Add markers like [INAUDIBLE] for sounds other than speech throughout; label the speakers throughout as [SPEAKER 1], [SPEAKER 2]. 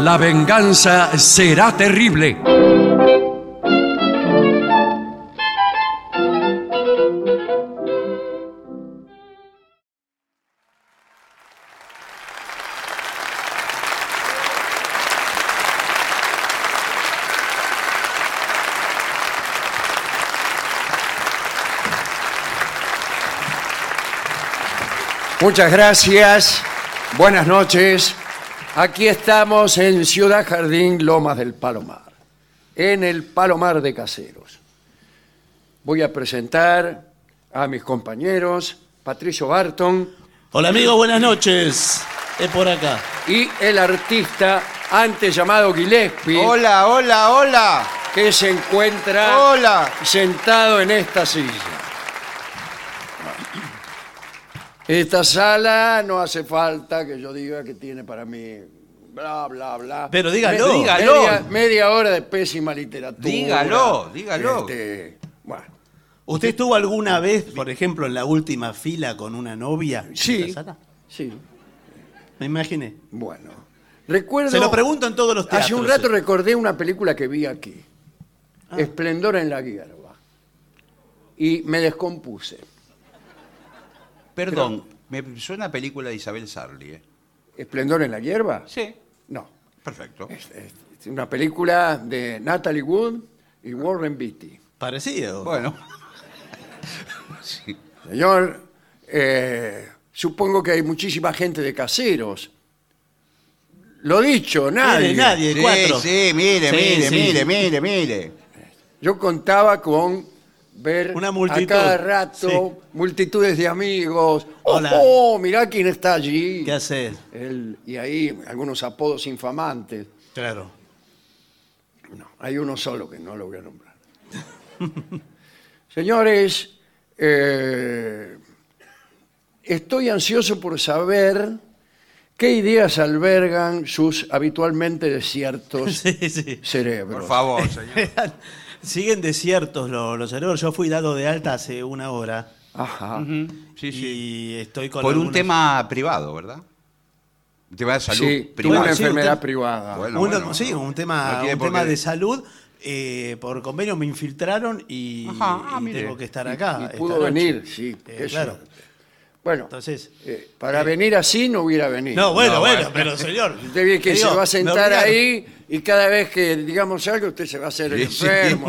[SPEAKER 1] La venganza será terrible.
[SPEAKER 2] Muchas gracias. Buenas noches. Aquí estamos en Ciudad Jardín Lomas del Palomar, en el Palomar de Caseros. Voy a presentar a mis compañeros Patricio Barton
[SPEAKER 3] Hola amigos, buenas noches. Es por acá.
[SPEAKER 2] y el artista antes llamado Gillespie,
[SPEAKER 4] Hola, hola, hola.
[SPEAKER 2] que se encuentra
[SPEAKER 4] Hola.
[SPEAKER 2] sentado en esta silla. Esta sala no hace falta que yo diga que tiene para mí bla, bla, bla.
[SPEAKER 3] Pero dígalo.
[SPEAKER 2] Me-
[SPEAKER 4] Dígalo.
[SPEAKER 2] Media, media hora de pésima literatura.
[SPEAKER 4] Dígalo, dígalo.
[SPEAKER 2] Este, bueno,
[SPEAKER 3] ¿Usted estuvo alguna vez, por ejemplo, en la última fila con una novia? en
[SPEAKER 2] sí,
[SPEAKER 3] la sala?
[SPEAKER 2] sí,
[SPEAKER 3] Me imaginé.
[SPEAKER 2] bueno. Recuerdo,
[SPEAKER 3] Se lo pregunto en todos los teatros.
[SPEAKER 2] hace un rato recordé una película que vi aquí,
[SPEAKER 3] Ah.
[SPEAKER 2] Esplendor en la hierba, y me descompuse.
[SPEAKER 4] Perdón, me suena a película de Isabel Sarli. ¿eh?
[SPEAKER 2] ¿Esplendor en la hierba?
[SPEAKER 4] Sí.
[SPEAKER 2] No,
[SPEAKER 4] Perfecto.
[SPEAKER 3] Este,
[SPEAKER 2] Es una película de Natalie Wood y Warren Beatty.
[SPEAKER 3] Parecido.
[SPEAKER 4] Bueno. Sí.
[SPEAKER 2] Señor, eh, supongo que hay muchísima gente de caseros. Lo dicho, nadie.
[SPEAKER 3] Nadie, nadie,
[SPEAKER 4] Sí,
[SPEAKER 3] cuatro.
[SPEAKER 4] sí, mire,
[SPEAKER 3] Sí,
[SPEAKER 4] mire,
[SPEAKER 3] sí.
[SPEAKER 4] mire, mire, mire.
[SPEAKER 2] Yo contaba con ver
[SPEAKER 3] Una multitud,
[SPEAKER 2] a cada rato
[SPEAKER 3] sí.
[SPEAKER 2] multitudes de amigos.
[SPEAKER 3] Hola.
[SPEAKER 2] ¡Oh, oh, mirá quién está allí!
[SPEAKER 3] ¿Qué haces?
[SPEAKER 2] El- y ahí algunos apodos infamantes.
[SPEAKER 3] Claro.
[SPEAKER 2] No, hay uno solo que no lo voy a nombrar. Señores, eh, estoy ansioso por saber qué ideas albergan sus habitualmente desiertos
[SPEAKER 3] [LAUGHS] [LAUGHS] Sí, sí.
[SPEAKER 2] cerebros.
[SPEAKER 4] Por favor,
[SPEAKER 3] [LAUGHS]
[SPEAKER 4] señor.
[SPEAKER 3] Siguen desiertos lo- los, cerebros. Yo fui dado de alta hace una hora
[SPEAKER 2] Ajá.
[SPEAKER 4] Sí, sí.
[SPEAKER 3] y estoy con
[SPEAKER 4] Por un
[SPEAKER 3] algunos-
[SPEAKER 4] tema privado, ¿verdad? Un tema de salud
[SPEAKER 2] Sí,
[SPEAKER 4] privada.
[SPEAKER 2] una
[SPEAKER 3] Sí,
[SPEAKER 2] enfermedad
[SPEAKER 3] usted-
[SPEAKER 2] privada.
[SPEAKER 4] Bueno.
[SPEAKER 3] Uno- sí, un
[SPEAKER 4] No
[SPEAKER 3] tema,
[SPEAKER 4] tiene
[SPEAKER 3] un
[SPEAKER 4] por
[SPEAKER 3] tema
[SPEAKER 4] qué.
[SPEAKER 3] de salud. Eh, por convenio me infiltraron y,
[SPEAKER 4] Ajá, ah,
[SPEAKER 3] y
[SPEAKER 4] mire.
[SPEAKER 3] tengo que estar
[SPEAKER 2] Y-
[SPEAKER 3] acá.
[SPEAKER 2] y
[SPEAKER 3] esta
[SPEAKER 2] pudo
[SPEAKER 3] noche.
[SPEAKER 2] venir, sí.
[SPEAKER 3] Eh,
[SPEAKER 2] eso.
[SPEAKER 3] claro.
[SPEAKER 2] Bueno,
[SPEAKER 3] Entonces.
[SPEAKER 2] eh, para venir así no hubiera venido.
[SPEAKER 3] No, bueno,
[SPEAKER 4] No,
[SPEAKER 3] bueno,
[SPEAKER 4] bueno.
[SPEAKER 3] pero señor.
[SPEAKER 2] [LAUGHS] Usted ve que
[SPEAKER 3] digo,
[SPEAKER 2] se va a
[SPEAKER 3] me
[SPEAKER 2] sentar
[SPEAKER 3] obligaron.
[SPEAKER 2] ahí y cada vez que digamos algo usted se va a hacer el
[SPEAKER 4] Sí,
[SPEAKER 3] [LAUGHS]
[SPEAKER 4] sí.
[SPEAKER 2] enfermo.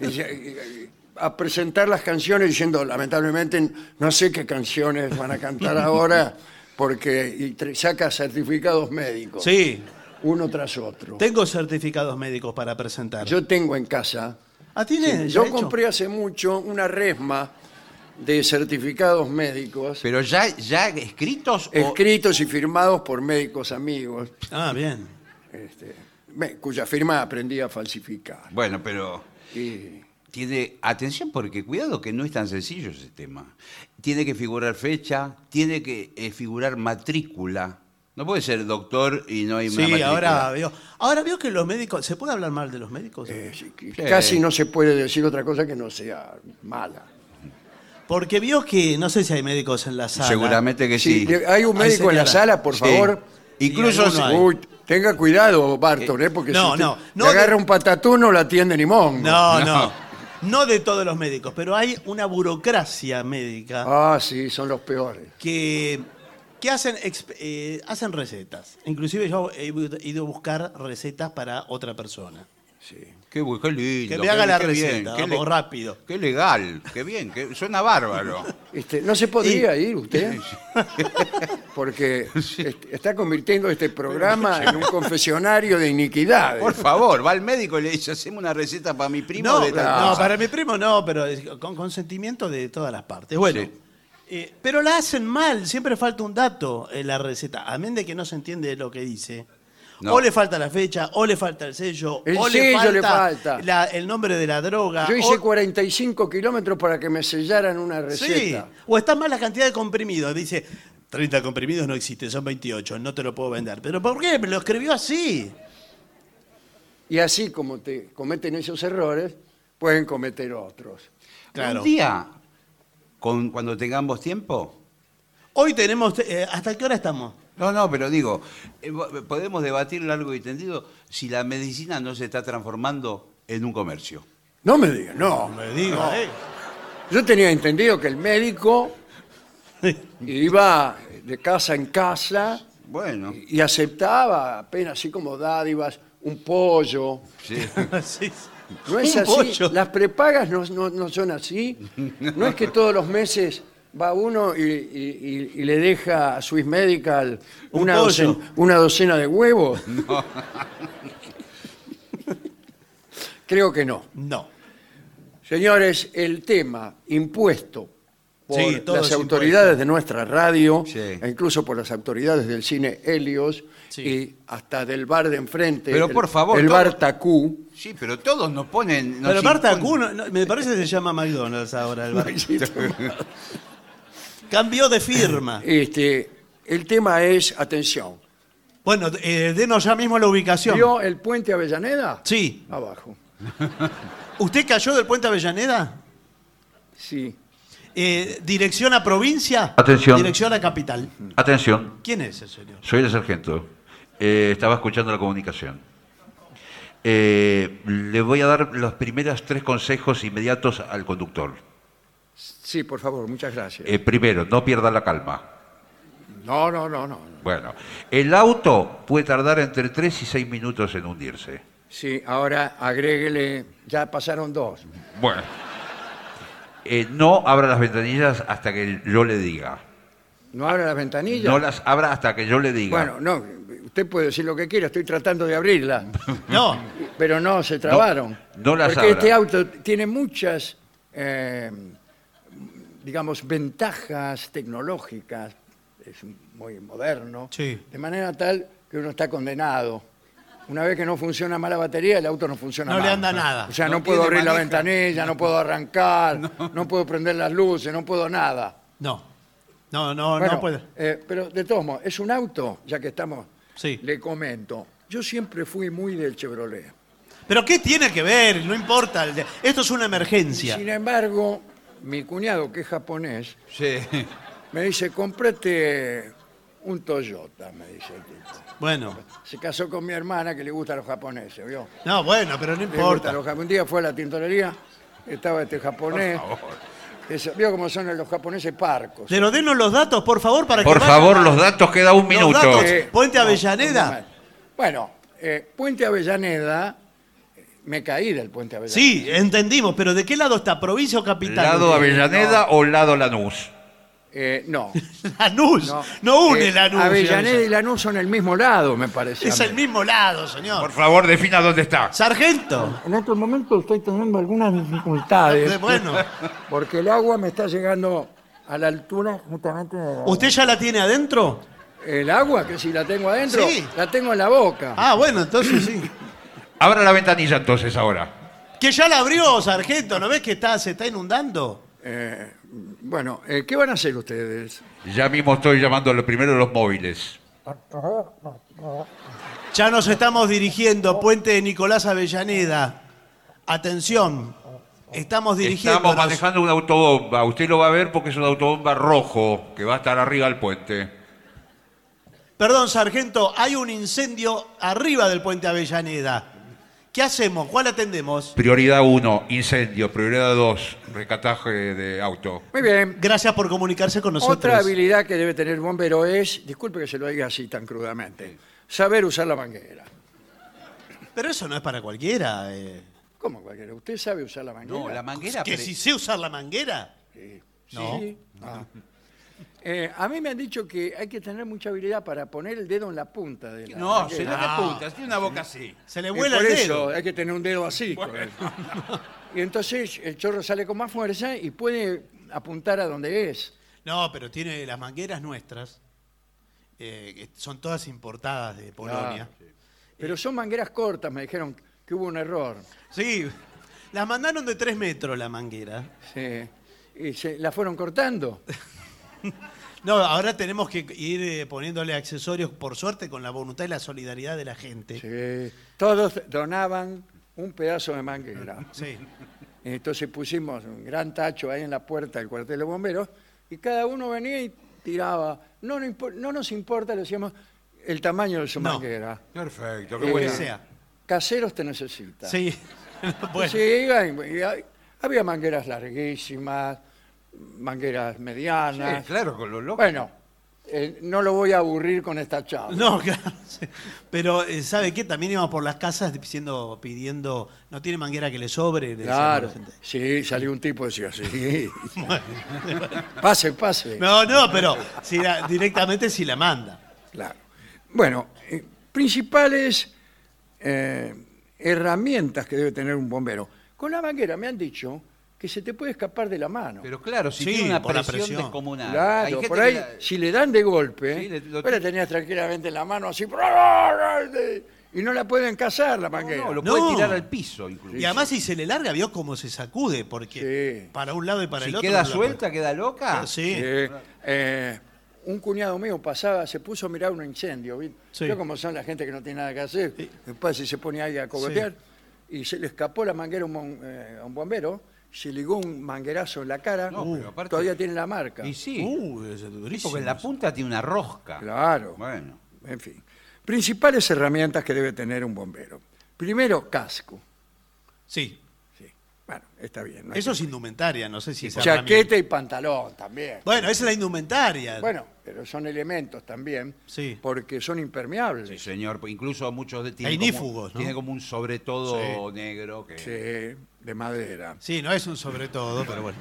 [SPEAKER 2] Y se- y- y- a presentar las canciones diciendo, lamentablemente, no sé qué canciones van a cantar ahora porque y tre- saca certificados médicos,
[SPEAKER 3] Sí,
[SPEAKER 2] uno tras otro.
[SPEAKER 3] tengo certificados médicos para presentar.
[SPEAKER 2] Yo tengo en casa,
[SPEAKER 3] ah, tiene. ya
[SPEAKER 2] yo
[SPEAKER 3] hecho?
[SPEAKER 2] compré hace mucho una resma de certificados médicos
[SPEAKER 4] Pero ya, ya escritos o-
[SPEAKER 2] escritos y firmados por médicos amigos,
[SPEAKER 3] Ah, bien.
[SPEAKER 2] este, me- cuya firma aprendí a falsificar.
[SPEAKER 4] Bueno, pero
[SPEAKER 2] Y-
[SPEAKER 4] tiene atención porque cuidado que no es tan sencillo ese tema. Tiene que figurar fecha, tiene que eh, figurar matrícula. No puede ser doctor y no hay una
[SPEAKER 3] Sí,
[SPEAKER 4] matrícula.
[SPEAKER 3] ahora veo. Ahora veo que los médicos. ¿Se puede hablar mal de los médicos?
[SPEAKER 2] Eh, Casi no se puede decir otra cosa que no sea mala.
[SPEAKER 3] Porque vio que. No sé si hay médicos en la sala.
[SPEAKER 4] Seguramente que sí.
[SPEAKER 2] Sí, hay un
[SPEAKER 3] Ay,
[SPEAKER 2] médico en la
[SPEAKER 3] señora.
[SPEAKER 2] sala, por
[SPEAKER 4] Sí.
[SPEAKER 2] favor.
[SPEAKER 4] Incluso
[SPEAKER 3] alguno
[SPEAKER 4] si-
[SPEAKER 3] hay.
[SPEAKER 2] Uy, tenga cuidado, Barton, eh, porque si
[SPEAKER 3] no,
[SPEAKER 2] usted
[SPEAKER 3] no,
[SPEAKER 2] le
[SPEAKER 3] no
[SPEAKER 2] agarra
[SPEAKER 3] de-
[SPEAKER 2] un patatú no la atiende ni mongo.
[SPEAKER 3] No,
[SPEAKER 2] [LAUGHS]
[SPEAKER 3] no.
[SPEAKER 4] No.
[SPEAKER 3] No de todos los médicos, pero hay una burocracia médica.
[SPEAKER 2] Ah, sí, son los peores.
[SPEAKER 3] que, que hacen, exp- eh, hacen recetas. Inclusive yo he bu- ido a buscar recetas para otra persona.
[SPEAKER 2] Sí.
[SPEAKER 4] Qué, bu- qué lindo.
[SPEAKER 3] Que
[SPEAKER 4] qué-
[SPEAKER 3] me haga la
[SPEAKER 4] qué bien,
[SPEAKER 3] receta,
[SPEAKER 4] qué, le-
[SPEAKER 3] vamos, rápido.
[SPEAKER 4] qué legal, qué bien, qué- suena bárbaro.
[SPEAKER 2] Este, ¿No se podría ir usted? [LAUGHS] Porque este, está convirtiendo este programa en un confesionario de iniquidades.
[SPEAKER 4] Por favor, va al médico y le dice, haceme una receta para mi primo
[SPEAKER 3] No,
[SPEAKER 4] de tal
[SPEAKER 3] no,
[SPEAKER 4] cosa".
[SPEAKER 3] para mi primo no, pero es con consentimiento de todas las partes. Bueno,
[SPEAKER 4] Sí.
[SPEAKER 3] eh, pero la hacen mal, siempre falta un dato en la receta, amén de que no se entiende lo que dice.
[SPEAKER 4] No.
[SPEAKER 3] O le falta la fecha, o le falta el sello,
[SPEAKER 2] El
[SPEAKER 3] o
[SPEAKER 2] sello
[SPEAKER 3] le falta,
[SPEAKER 2] le falta.
[SPEAKER 3] la- el nombre de la droga.
[SPEAKER 2] Yo hice
[SPEAKER 3] o-
[SPEAKER 2] 45 kilómetros para que me sellaran una
[SPEAKER 3] Sí,
[SPEAKER 2] receta.
[SPEAKER 3] o está mal la cantidad de comprimidos. Dice, 30 comprimidos no existen, son 28, no te lo puedo vender. ¿Pero por qué? Me lo escribió así.
[SPEAKER 2] Y así como te cometen esos errores, pueden cometer otros.
[SPEAKER 3] Claro.
[SPEAKER 4] Un día, con- cuando tengamos tiempo,
[SPEAKER 3] Hoy tenemos, eh, ¿hasta qué hora estamos?
[SPEAKER 4] No, no, pero digo, eh, vo- podemos debatir largo y tendido si la medicina no se está transformando en un comercio.
[SPEAKER 2] No me digas, no.
[SPEAKER 3] Me diga, ¿eh?
[SPEAKER 2] Yo tenía entendido que el médico iba de casa en casa
[SPEAKER 4] Bueno,
[SPEAKER 2] y aceptaba apenas así como dádivas, un pollo.
[SPEAKER 4] sí.
[SPEAKER 3] [LAUGHS] Sí, sí.
[SPEAKER 2] No es
[SPEAKER 3] Un
[SPEAKER 2] así.
[SPEAKER 3] pollo.
[SPEAKER 2] Las prepagas no, no- no son así. No es que todos los meses va uno y, y- y- y le deja a Swiss Medical
[SPEAKER 3] Un
[SPEAKER 2] una,
[SPEAKER 3] pollo.
[SPEAKER 2] docena, una docena de huevos.
[SPEAKER 3] [LAUGHS]
[SPEAKER 2] Creo que no.
[SPEAKER 3] No.
[SPEAKER 2] Señores, el tema impuesto por
[SPEAKER 3] Sí, todo
[SPEAKER 2] las
[SPEAKER 3] es
[SPEAKER 2] autoridades de nuestra radio,
[SPEAKER 4] Sí.
[SPEAKER 2] e incluso por las autoridades del cine Helios
[SPEAKER 3] Sí.
[SPEAKER 2] y hasta del bar de enfrente,
[SPEAKER 4] Pero,
[SPEAKER 2] el,
[SPEAKER 4] por favor,
[SPEAKER 2] el
[SPEAKER 4] todo-
[SPEAKER 2] bar Tacú.
[SPEAKER 4] Sí, pero todos nos ponen. nos
[SPEAKER 3] Pero Marta
[SPEAKER 4] imponen-
[SPEAKER 3] Kuhn, no, me parece que se llama McDonald's ahora el bar. Cambió de firma.
[SPEAKER 2] Este, el tema es, atención,
[SPEAKER 3] Bueno, eh, denos ya mismo la ubicación.
[SPEAKER 2] ¿vio el puente Avellaneda?
[SPEAKER 3] Sí.
[SPEAKER 2] Abajo,
[SPEAKER 3] ¿Usted cayó del puente Avellaneda?
[SPEAKER 2] sí.
[SPEAKER 3] Eh, ¿Dirección a provincia?
[SPEAKER 5] Atención.
[SPEAKER 3] Dirección a capital.
[SPEAKER 5] Atención,
[SPEAKER 3] ¿Quién es el señor?
[SPEAKER 5] soy el sargento. Eh, estaba escuchando la comunicación. Eh, le voy a dar los primeros tres consejos inmediatos al conductor.
[SPEAKER 2] Sí, por favor, muchas gracias.
[SPEAKER 5] Eh, primero, no pierda la calma.
[SPEAKER 2] No, no, no, no.
[SPEAKER 5] Bueno, el auto puede tardar entre 3 y 6 minutos en hundirse.
[SPEAKER 2] Sí, ahora agréguele, ya pasaron dos.
[SPEAKER 5] Bueno. Eh, no abra las ventanillas hasta que yo le diga.
[SPEAKER 2] ¿No abren las ventanillas?
[SPEAKER 5] No las abra hasta que yo le diga.
[SPEAKER 2] Bueno, no, usted puede decir lo que quiera, estoy tratando de abrirla,
[SPEAKER 5] [LAUGHS]
[SPEAKER 3] No.
[SPEAKER 2] pero no, se trabaron.
[SPEAKER 5] no las
[SPEAKER 2] Porque este
[SPEAKER 5] abra.
[SPEAKER 2] auto tiene muchas, eh, digamos, ventajas tecnológicas, es muy moderno,
[SPEAKER 3] Sí.
[SPEAKER 2] de manera tal que uno está condenado. Una vez que no funciona más la batería, el auto no funciona
[SPEAKER 3] No
[SPEAKER 2] más.
[SPEAKER 3] le anda nada.
[SPEAKER 2] O sea, no,
[SPEAKER 4] No
[SPEAKER 2] puedo
[SPEAKER 4] tiene
[SPEAKER 2] abrir la
[SPEAKER 4] manejo.
[SPEAKER 2] ventanilla, no puedo arrancar, no. puedo prender las luces, no puedo nada.
[SPEAKER 3] No. No, no,
[SPEAKER 2] Bueno,
[SPEAKER 3] no puede.
[SPEAKER 2] eh, pero de todos modos, es un auto, ya que estamos.
[SPEAKER 3] Sí.
[SPEAKER 2] Le comento. Yo siempre fui muy del Chevrolet.
[SPEAKER 3] ¿Pero qué tiene que ver? No importa. el de- Esto es una emergencia.
[SPEAKER 2] Sin embargo, mi cuñado, que es japonés,
[SPEAKER 4] Sí.
[SPEAKER 2] me dice: comprate un Toyota, me dice el tipo.
[SPEAKER 3] Bueno.
[SPEAKER 2] Se casó con mi hermana que le gustan los japoneses, ¿vio?
[SPEAKER 3] No, bueno, pero no
[SPEAKER 2] Le gustan
[SPEAKER 3] importa.
[SPEAKER 2] los japoneses. Un día fue a la tintorería, estaba este japonés. que se- ¿Vio cómo son los japoneses parcos? Eh,
[SPEAKER 3] Pero denos los datos, por favor, para que
[SPEAKER 5] Por
[SPEAKER 3] vayan
[SPEAKER 5] favor,
[SPEAKER 3] a-
[SPEAKER 5] los datos, queda un
[SPEAKER 3] Los
[SPEAKER 5] minuto.
[SPEAKER 3] datos.
[SPEAKER 2] Eh,
[SPEAKER 3] Puente Avellaneda.
[SPEAKER 2] muy mal. Bueno, eh, Puente Avellaneda, eh, me caí del Puente Avellaneda.
[SPEAKER 3] Sí, entendimos, pero ¿de qué lado está? ¿Provincia o capital?
[SPEAKER 5] ¿Lado Avellaneda o lado Lanús?
[SPEAKER 2] Eh,
[SPEAKER 3] [LAUGHS]
[SPEAKER 2] no.
[SPEAKER 3] Lanús. No, une
[SPEAKER 2] Eh,
[SPEAKER 3] Lanús. y
[SPEAKER 2] Avellaneda y Lanús son el mismo lado, me parece.
[SPEAKER 3] Es
[SPEAKER 2] a
[SPEAKER 3] el
[SPEAKER 2] mí.
[SPEAKER 3] mismo lado, señor.
[SPEAKER 5] Por favor, defina dónde está.
[SPEAKER 3] Sargento.
[SPEAKER 2] En otro momento estoy teniendo algunas dificultades.
[SPEAKER 3] Ah, Bueno,
[SPEAKER 2] Porque el agua me está llegando a la altura justamente de la-
[SPEAKER 3] ¿usted ya la tiene adentro?
[SPEAKER 2] El agua, que si la tengo adentro,
[SPEAKER 3] Sí.
[SPEAKER 2] la tengo en la boca.
[SPEAKER 3] Ah, bueno, entonces sí.
[SPEAKER 5] Abra la ventanilla entonces ahora.
[SPEAKER 3] Que ya la abrió, sargento, ¿no ves que está, se está inundando?
[SPEAKER 2] Eh, bueno, eh, ¿qué van a hacer ustedes?
[SPEAKER 5] Ya mismo estoy llamando lo primero los móviles.
[SPEAKER 3] Ya nos estamos dirigiendo a Puente de Nicolás Avellaneda. Atención, estamos dirigiendo.
[SPEAKER 5] Estamos manejando una autobomba. Usted lo va a ver porque es una autobomba rojo que va a estar arriba del puente.
[SPEAKER 3] Perdón, sargento, hay un incendio arriba del Puente Avellaneda. ¿Qué hacemos? ¿Cuál atendemos?
[SPEAKER 5] Prioridad 1, incendio. Prioridad 2, recataje de auto.
[SPEAKER 2] Muy bien.
[SPEAKER 3] Gracias por comunicarse con nosotros.
[SPEAKER 2] Otra habilidad que debe tener el bombero es, disculpe que se lo diga así tan crudamente, saber usar la manguera.
[SPEAKER 3] Pero eso no es para cualquiera. eh.
[SPEAKER 2] ¿Cómo cualquiera? ¿Usted sabe usar la manguera?
[SPEAKER 4] No, la manguera.
[SPEAKER 3] Que
[SPEAKER 4] pre-
[SPEAKER 3] si sé usar la manguera. No.
[SPEAKER 2] Sí. Ah. Eh, a mí me han dicho que hay que tener mucha habilidad para poner el dedo en la punta de la
[SPEAKER 4] No,
[SPEAKER 2] manguera.
[SPEAKER 4] se le
[SPEAKER 3] Ah.
[SPEAKER 4] apunta, tiene una boca así.
[SPEAKER 3] Se le
[SPEAKER 2] Eh,
[SPEAKER 3] vuela
[SPEAKER 2] por
[SPEAKER 3] el
[SPEAKER 2] eso
[SPEAKER 3] dedo.
[SPEAKER 2] hay que tener un dedo así. con eso. Y entonces el chorro sale con más fuerza y puede apuntar a donde es.
[SPEAKER 3] No, pero tiene las mangueras nuestras. eh, que son todas importadas de Polonia.
[SPEAKER 2] Ah, Pero son mangueras cortas, me dijeron que hubo un error.
[SPEAKER 3] Sí. Las mandaron de tres metros la manguera.
[SPEAKER 2] Sí. Y se, la fueron cortando.
[SPEAKER 3] No, ahora tenemos que ir eh, poniéndole accesorios, por suerte, con la voluntad y la solidaridad de la gente.
[SPEAKER 2] Sí. Todos donaban un pedazo de manguera.
[SPEAKER 3] Sí.
[SPEAKER 2] Entonces pusimos un gran tacho ahí en la puerta del cuartel de bomberos y cada uno venía y tiraba. No, no, impo- no nos importa, le decíamos, el tamaño de su
[SPEAKER 3] No.
[SPEAKER 2] manguera. Eh,
[SPEAKER 6] Perfecto,
[SPEAKER 3] Lo
[SPEAKER 6] qué
[SPEAKER 3] que
[SPEAKER 6] buena.
[SPEAKER 3] sea.
[SPEAKER 2] Caseros te necesita.
[SPEAKER 4] [LAUGHS]
[SPEAKER 3] Sí. bueno,
[SPEAKER 2] Sí, iba y- y hay- había mangueras larguísimas, mangueras medianas.
[SPEAKER 4] Ah,
[SPEAKER 6] Sí, claro, con lo loco.
[SPEAKER 2] Bueno, eh, no lo voy a aburrir con esta charla.
[SPEAKER 3] No, claro. sí. Pero, eh, ¿sabe qué? También íbamos por las casas diciendo, pidiendo, no tiene manguera que le sobre. le decíamos a la
[SPEAKER 2] Claro,
[SPEAKER 3] gente.
[SPEAKER 2] sí, salió un tipo y decía, sí, pase, pase.
[SPEAKER 3] No, no, pero si la- directamente si la manda.
[SPEAKER 2] Claro. Bueno, eh, principales eh, herramientas que debe tener un bombero. Con la manguera me han dicho que se te puede escapar de la mano.
[SPEAKER 4] Pero claro, si
[SPEAKER 3] Sí,
[SPEAKER 4] tiene una
[SPEAKER 3] por la
[SPEAKER 4] presión,
[SPEAKER 3] presión.
[SPEAKER 4] descomunal. Hay
[SPEAKER 2] Claro,
[SPEAKER 4] gente
[SPEAKER 2] por
[SPEAKER 4] que
[SPEAKER 2] ahí,
[SPEAKER 4] la-
[SPEAKER 2] si le dan de golpe,
[SPEAKER 4] Sí, le- lo
[SPEAKER 2] vos la
[SPEAKER 4] ti-
[SPEAKER 2] tenías tranquilamente en la mano así, y no la pueden cazar la manguera.
[SPEAKER 4] No, lo
[SPEAKER 3] No.
[SPEAKER 4] puede tirar al piso incluso.
[SPEAKER 3] Y además si se le larga, vio cómo se sacude, porque
[SPEAKER 2] Sí.
[SPEAKER 3] para un lado y para
[SPEAKER 4] si
[SPEAKER 3] el otro.
[SPEAKER 4] queda
[SPEAKER 3] no la
[SPEAKER 4] suelta, ah, queda loca.
[SPEAKER 3] puede- Sí.
[SPEAKER 2] Eh, eh, un cuñado mío pasaba, se puso a mirar un incendio. ¿viste?
[SPEAKER 3] Sí.
[SPEAKER 2] Yo como son la gente que no tiene nada que hacer, después si se pone ahí a cogotear, y se le escapó la manguera a un, mon- eh, a un bombero, se ligó un manguerazo en la cara,
[SPEAKER 4] No, pero aparte-
[SPEAKER 2] todavía tiene la marca.
[SPEAKER 4] Y sí,
[SPEAKER 3] Uh, es durísimo.
[SPEAKER 4] porque en la punta tiene una rosca.
[SPEAKER 2] Claro.
[SPEAKER 4] Bueno.
[SPEAKER 2] En fin. Principales herramientas que debe tener un bombero. Primero, casco.
[SPEAKER 3] Sí.
[SPEAKER 2] Sí. Bueno, está bien. no hay
[SPEAKER 3] Eso
[SPEAKER 2] que-
[SPEAKER 3] es indumentaria, no sé si es herramienta.
[SPEAKER 2] Chaqueta y pantalón también.
[SPEAKER 3] Bueno, esa es la indumentaria.
[SPEAKER 2] Bueno, pero son elementos también,
[SPEAKER 3] Sí.
[SPEAKER 2] porque son impermeables.
[SPEAKER 4] Sí, señor. Incluso muchos de tienen,
[SPEAKER 3] nífugos,
[SPEAKER 4] como,
[SPEAKER 3] ¿no?
[SPEAKER 4] tiene como un sobre todo negro. Que...
[SPEAKER 2] Sí, eh, de madera.
[SPEAKER 3] Sí, no es un sobre todo, pero bueno.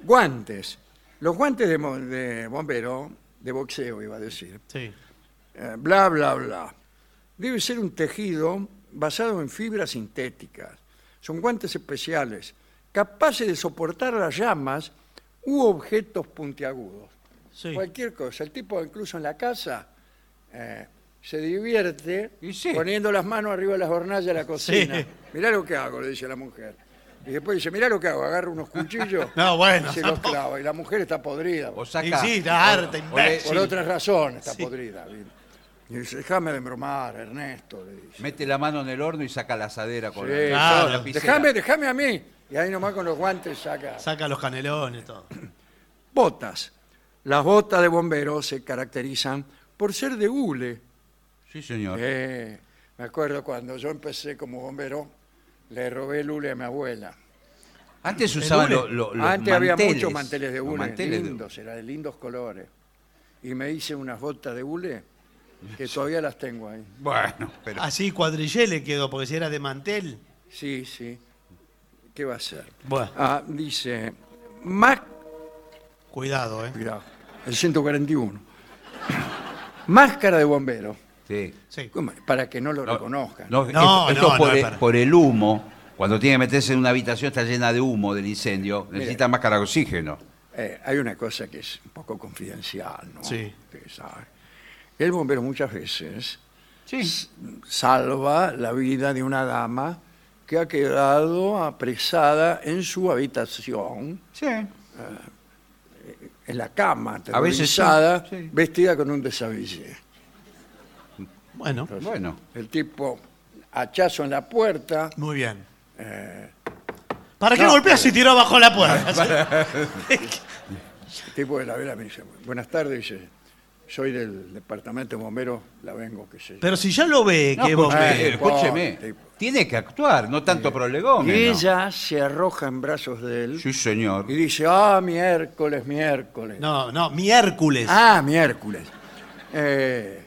[SPEAKER 2] Guantes. Los guantes de, mo- de bombero, de boxeo iba a decir,
[SPEAKER 3] Sí.
[SPEAKER 2] eh, bla, bla, bla. Debe ser un tejido basado en fibras sintéticas. Son guantes especiales, capaces de soportar las llamas u objetos puntiagudos.
[SPEAKER 3] Sí.
[SPEAKER 2] Cualquier cosa. El tipo incluso en la casa eh, se divierte
[SPEAKER 4] Y sí.
[SPEAKER 2] poniendo las manos arriba de las hornallas de la cocina.
[SPEAKER 3] Sí.
[SPEAKER 2] Mirá lo que hago, le dice la mujer. Y después dice, mirá lo que hago, agarro unos cuchillos
[SPEAKER 3] [LAUGHS] No, bueno,
[SPEAKER 2] y se los
[SPEAKER 3] tampoco.
[SPEAKER 2] clava. Y la mujer está podrida.
[SPEAKER 4] O
[SPEAKER 2] Por
[SPEAKER 4] saca.
[SPEAKER 3] Y sí, está harta,
[SPEAKER 4] o- o le-
[SPEAKER 3] imbécil. sí.
[SPEAKER 2] otras razones está podrida. Y dice, déjame de bromar, Ernesto, le dice.
[SPEAKER 4] Mete la mano en el horno y saca la asadera con
[SPEAKER 2] Sí,
[SPEAKER 4] la,
[SPEAKER 3] claro.
[SPEAKER 4] con la lapicera.
[SPEAKER 2] Déjame, déjame a mí. Y ahí nomás con los guantes saca.
[SPEAKER 3] Saca los canelones, todo.
[SPEAKER 2] Botas. Las botas de bomberos se caracterizan por ser de hule.
[SPEAKER 4] Sí, señor.
[SPEAKER 2] Eh, me acuerdo cuando yo empecé como bombero, le robé el hule a mi abuela.
[SPEAKER 4] Antes usaban
[SPEAKER 3] hule.
[SPEAKER 4] lo- lo- los
[SPEAKER 2] Antes había
[SPEAKER 4] manteles,
[SPEAKER 2] muchos manteles de
[SPEAKER 4] los
[SPEAKER 2] hule,
[SPEAKER 4] manteles de-
[SPEAKER 2] lindos, era de lindos colores. Y me hice unas botas de hule que todavía las tengo ahí.
[SPEAKER 4] Bueno,
[SPEAKER 2] Ah.
[SPEAKER 4] pero
[SPEAKER 3] Así cuadrillé le quedó, porque si era de mantel.
[SPEAKER 2] Sí, sí. ¿Qué va a ser?
[SPEAKER 3] Bueno.
[SPEAKER 2] Ah, dice, más
[SPEAKER 3] Cuidado, ¿eh?
[SPEAKER 2] Mirá, el 141. [CLEARS THROAT] Máscara de bombero,
[SPEAKER 4] sí.
[SPEAKER 3] Sí.
[SPEAKER 2] ¿Cómo? para que no lo reconozcan.
[SPEAKER 4] No,
[SPEAKER 3] No,
[SPEAKER 4] esto
[SPEAKER 3] no,
[SPEAKER 4] por,
[SPEAKER 3] no,
[SPEAKER 4] el,
[SPEAKER 3] espera.
[SPEAKER 4] por el humo. Cuando tiene que meterse en una habitación está llena de humo del incendio, necesita máscara de oxígeno.
[SPEAKER 2] Eh, hay una cosa que es un poco confidencial, ¿no?
[SPEAKER 3] Sí.
[SPEAKER 2] Ustedes saben. El bombero muchas veces s- salva la vida de una dama que ha quedado apresada en su habitación, en la cama,
[SPEAKER 4] A veces sí,
[SPEAKER 2] aterrorizada,
[SPEAKER 4] sí.
[SPEAKER 2] vestida con un desabillé.
[SPEAKER 3] Bueno,
[SPEAKER 2] Pues
[SPEAKER 4] Bueno,
[SPEAKER 2] El tipo, hachazo en la puerta,
[SPEAKER 3] muy bien.
[SPEAKER 4] Eh,
[SPEAKER 3] ¿Para qué golpeas si tiró bajo la
[SPEAKER 4] [LAUGHS]
[SPEAKER 3] puerta?
[SPEAKER 2] El tipo de la vela me dice, buenas tardes, dice, soy del departamento de bomberos, la vengo, qué sé yo.
[SPEAKER 3] pero si ya lo ve,
[SPEAKER 4] No,
[SPEAKER 3] que vos
[SPEAKER 4] porque,
[SPEAKER 2] eh,
[SPEAKER 3] ves.
[SPEAKER 4] escúcheme,
[SPEAKER 2] Pobre tipo.
[SPEAKER 4] tiene que actuar, no tanto
[SPEAKER 2] Y
[SPEAKER 4] prolegómeno.
[SPEAKER 2] ella se arroja en brazos de él
[SPEAKER 4] Sí, señor.
[SPEAKER 2] y dice, ah, miércoles, miércoles.
[SPEAKER 3] No, no, miércoles.
[SPEAKER 2] Ah, miércoles. Eh,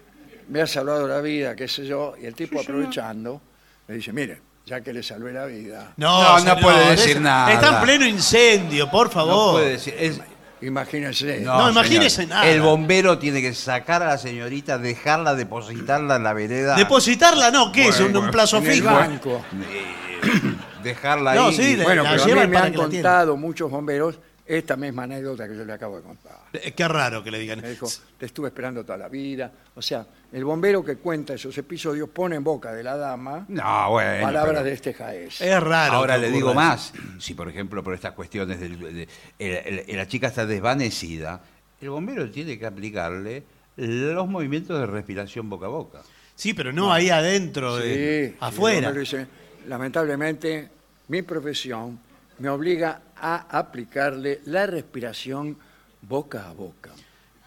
[SPEAKER 2] me ha salvado la vida, qué sé yo. Y el tipo aprovechando, le dice, mire, ya que le salvé la vida,
[SPEAKER 4] No, no puede decir
[SPEAKER 3] es-
[SPEAKER 4] nada.
[SPEAKER 3] Está en pleno incendio, por
[SPEAKER 4] No
[SPEAKER 3] favor.
[SPEAKER 4] puede decir. es-
[SPEAKER 2] Eh, imagínese.
[SPEAKER 3] No,
[SPEAKER 4] señor.
[SPEAKER 3] imagínese nada.
[SPEAKER 4] El bombero tiene que sacar a la señorita, dejarla, depositarla en la vereda.
[SPEAKER 3] Depositarla no, ¿qué es? ¿Un, un plazo
[SPEAKER 2] en el
[SPEAKER 3] fijo?
[SPEAKER 2] banco.
[SPEAKER 4] Eh, dejarla
[SPEAKER 3] No,
[SPEAKER 4] ahí.
[SPEAKER 3] sí,
[SPEAKER 4] y-
[SPEAKER 3] le-
[SPEAKER 2] Bueno,
[SPEAKER 3] La
[SPEAKER 2] pero a
[SPEAKER 3] llevan
[SPEAKER 2] mí me
[SPEAKER 3] para
[SPEAKER 2] han
[SPEAKER 3] que la atiendan.
[SPEAKER 2] contado muchos bomberos esta misma anécdota que yo le acabo de contar.
[SPEAKER 3] Eh, Qué raro que le digan.
[SPEAKER 2] Me dijo, te estuve esperando toda la vida. O sea, el bombero que cuenta esos episodios pone en boca de la dama
[SPEAKER 4] No, bueno.
[SPEAKER 2] palabras
[SPEAKER 4] pero-
[SPEAKER 2] de este Jaez.
[SPEAKER 3] Es raro.
[SPEAKER 4] Ahora
[SPEAKER 3] que
[SPEAKER 4] le
[SPEAKER 3] ocurra
[SPEAKER 4] digo
[SPEAKER 3] eso.
[SPEAKER 4] más. Si, por ejemplo, por estas cuestiones del- de, el- el- la chica está desvanecida, el bombero tiene que aplicarle los movimientos de respiración boca a boca.
[SPEAKER 3] Sí, pero no ahí adentro,
[SPEAKER 2] Sí,
[SPEAKER 3] de-
[SPEAKER 2] sí, el
[SPEAKER 3] afuera.
[SPEAKER 2] bombero dice, Lamentablemente, mi profesión me obliga a aplicarle la respiración boca a boca.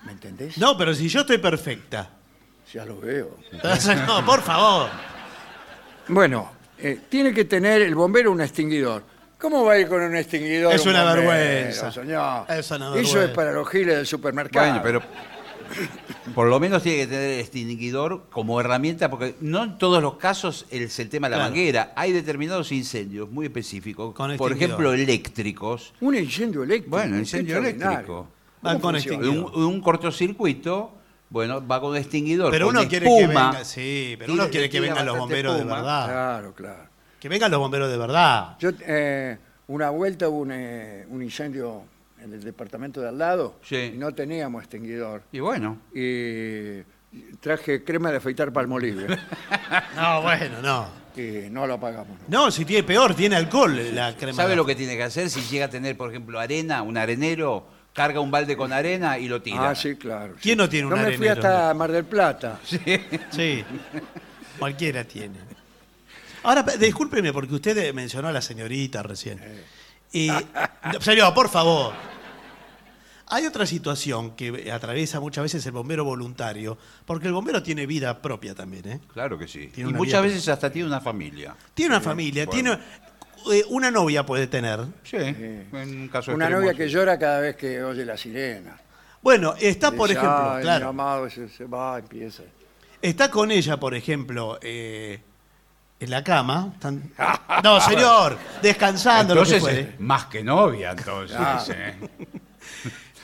[SPEAKER 2] ¿Me entendés?
[SPEAKER 3] No, pero si yo estoy perfecta.
[SPEAKER 2] Ya lo veo.
[SPEAKER 3] Entonces, no, por favor.
[SPEAKER 2] Bueno, eh, tiene que tener el bombero un extinguidor. ¿Cómo va a ir con un extinguidor?
[SPEAKER 3] Es
[SPEAKER 2] un
[SPEAKER 3] una
[SPEAKER 2] bombero,
[SPEAKER 3] vergüenza.
[SPEAKER 2] señor?
[SPEAKER 3] Es una
[SPEAKER 2] Eso es
[SPEAKER 3] vergüenza.
[SPEAKER 2] para los giles del supermercado.
[SPEAKER 4] Bueno, pero [COUGHS] por lo menos tiene que tener extinguidor como herramienta, porque no en todos los casos es el tema de la
[SPEAKER 3] Claro.
[SPEAKER 4] manguera. Hay determinados incendios muy específicos,
[SPEAKER 3] Con
[SPEAKER 4] por
[SPEAKER 3] extinguidor.
[SPEAKER 4] ejemplo eléctricos.
[SPEAKER 2] Un incendio eléctrico.
[SPEAKER 4] Bueno, incendio
[SPEAKER 2] extraordinario.
[SPEAKER 4] eléctrico.
[SPEAKER 3] Van
[SPEAKER 2] ¿Cómo
[SPEAKER 3] con
[SPEAKER 2] funciona?
[SPEAKER 3] extinguidor.
[SPEAKER 4] Un, un cortocircuito, bueno, va con extinguidor.
[SPEAKER 3] Pero
[SPEAKER 4] con
[SPEAKER 3] uno quiere que
[SPEAKER 4] espuma.
[SPEAKER 3] venga. Sí, pero
[SPEAKER 4] Tira-
[SPEAKER 3] uno quiere que
[SPEAKER 4] tira
[SPEAKER 3] vengan los
[SPEAKER 4] bastante
[SPEAKER 3] bomberos de
[SPEAKER 4] espuma.
[SPEAKER 3] verdad.
[SPEAKER 2] Claro, claro.
[SPEAKER 3] Que vengan los bomberos de verdad.
[SPEAKER 2] Yo, eh, una vuelta hubo un, eh, un incendio en el departamento de al lado
[SPEAKER 4] Sí.
[SPEAKER 2] y no teníamos extinguidor.
[SPEAKER 4] Y bueno,
[SPEAKER 2] Y traje crema de afeitar
[SPEAKER 3] [LAUGHS]
[SPEAKER 2] palmolive
[SPEAKER 3] No, bueno, no.
[SPEAKER 2] y no lo apagamos. ¿no?
[SPEAKER 3] No, si tiene peor, tiene alcohol la crema.
[SPEAKER 4] ¿sabe lo que tiene que hacer? Si llega a tener, por ejemplo, arena, un arenero, carga un balde con arena y lo tira.
[SPEAKER 2] Ah, sí, claro. sí.
[SPEAKER 3] ¿Quién no tiene
[SPEAKER 2] Yo
[SPEAKER 3] un
[SPEAKER 2] me fui
[SPEAKER 3] arenero?
[SPEAKER 2] hasta Mar del Plata.
[SPEAKER 3] [LAUGHS] Sí. Cualquiera tiene. Ahora, pe- discúlpeme, porque usted eh, mencionó a la señorita recién. Y, no, señor, por favor. Hay otra situación que eh, atraviesa muchas veces el bombero voluntario, porque el bombero tiene vida propia también, ¿eh?
[SPEAKER 4] Claro que sí.
[SPEAKER 3] Tiene
[SPEAKER 4] y
[SPEAKER 3] una
[SPEAKER 4] muchas
[SPEAKER 3] vida-
[SPEAKER 4] veces hasta tiene una familia.
[SPEAKER 3] Tiene una familia,
[SPEAKER 4] bueno.
[SPEAKER 3] tiene eh, una novia puede tener.
[SPEAKER 4] Sí, en un caso
[SPEAKER 2] Una
[SPEAKER 4] extremo,
[SPEAKER 2] novia
[SPEAKER 4] sí.
[SPEAKER 2] que llora cada vez que oye la sirena.
[SPEAKER 3] Bueno, está por
[SPEAKER 2] Dice,
[SPEAKER 3] ejemplo,
[SPEAKER 2] "Ay, mi
[SPEAKER 3] claro,
[SPEAKER 2] amado se, se va, empieza.
[SPEAKER 3] está con ella, por ejemplo, eh, en la cama. están- No, señor, descansando,
[SPEAKER 4] Entonces,
[SPEAKER 3] lo que fuere.
[SPEAKER 4] eh, más que novia, entonces.
[SPEAKER 2] Ah.
[SPEAKER 4] eh.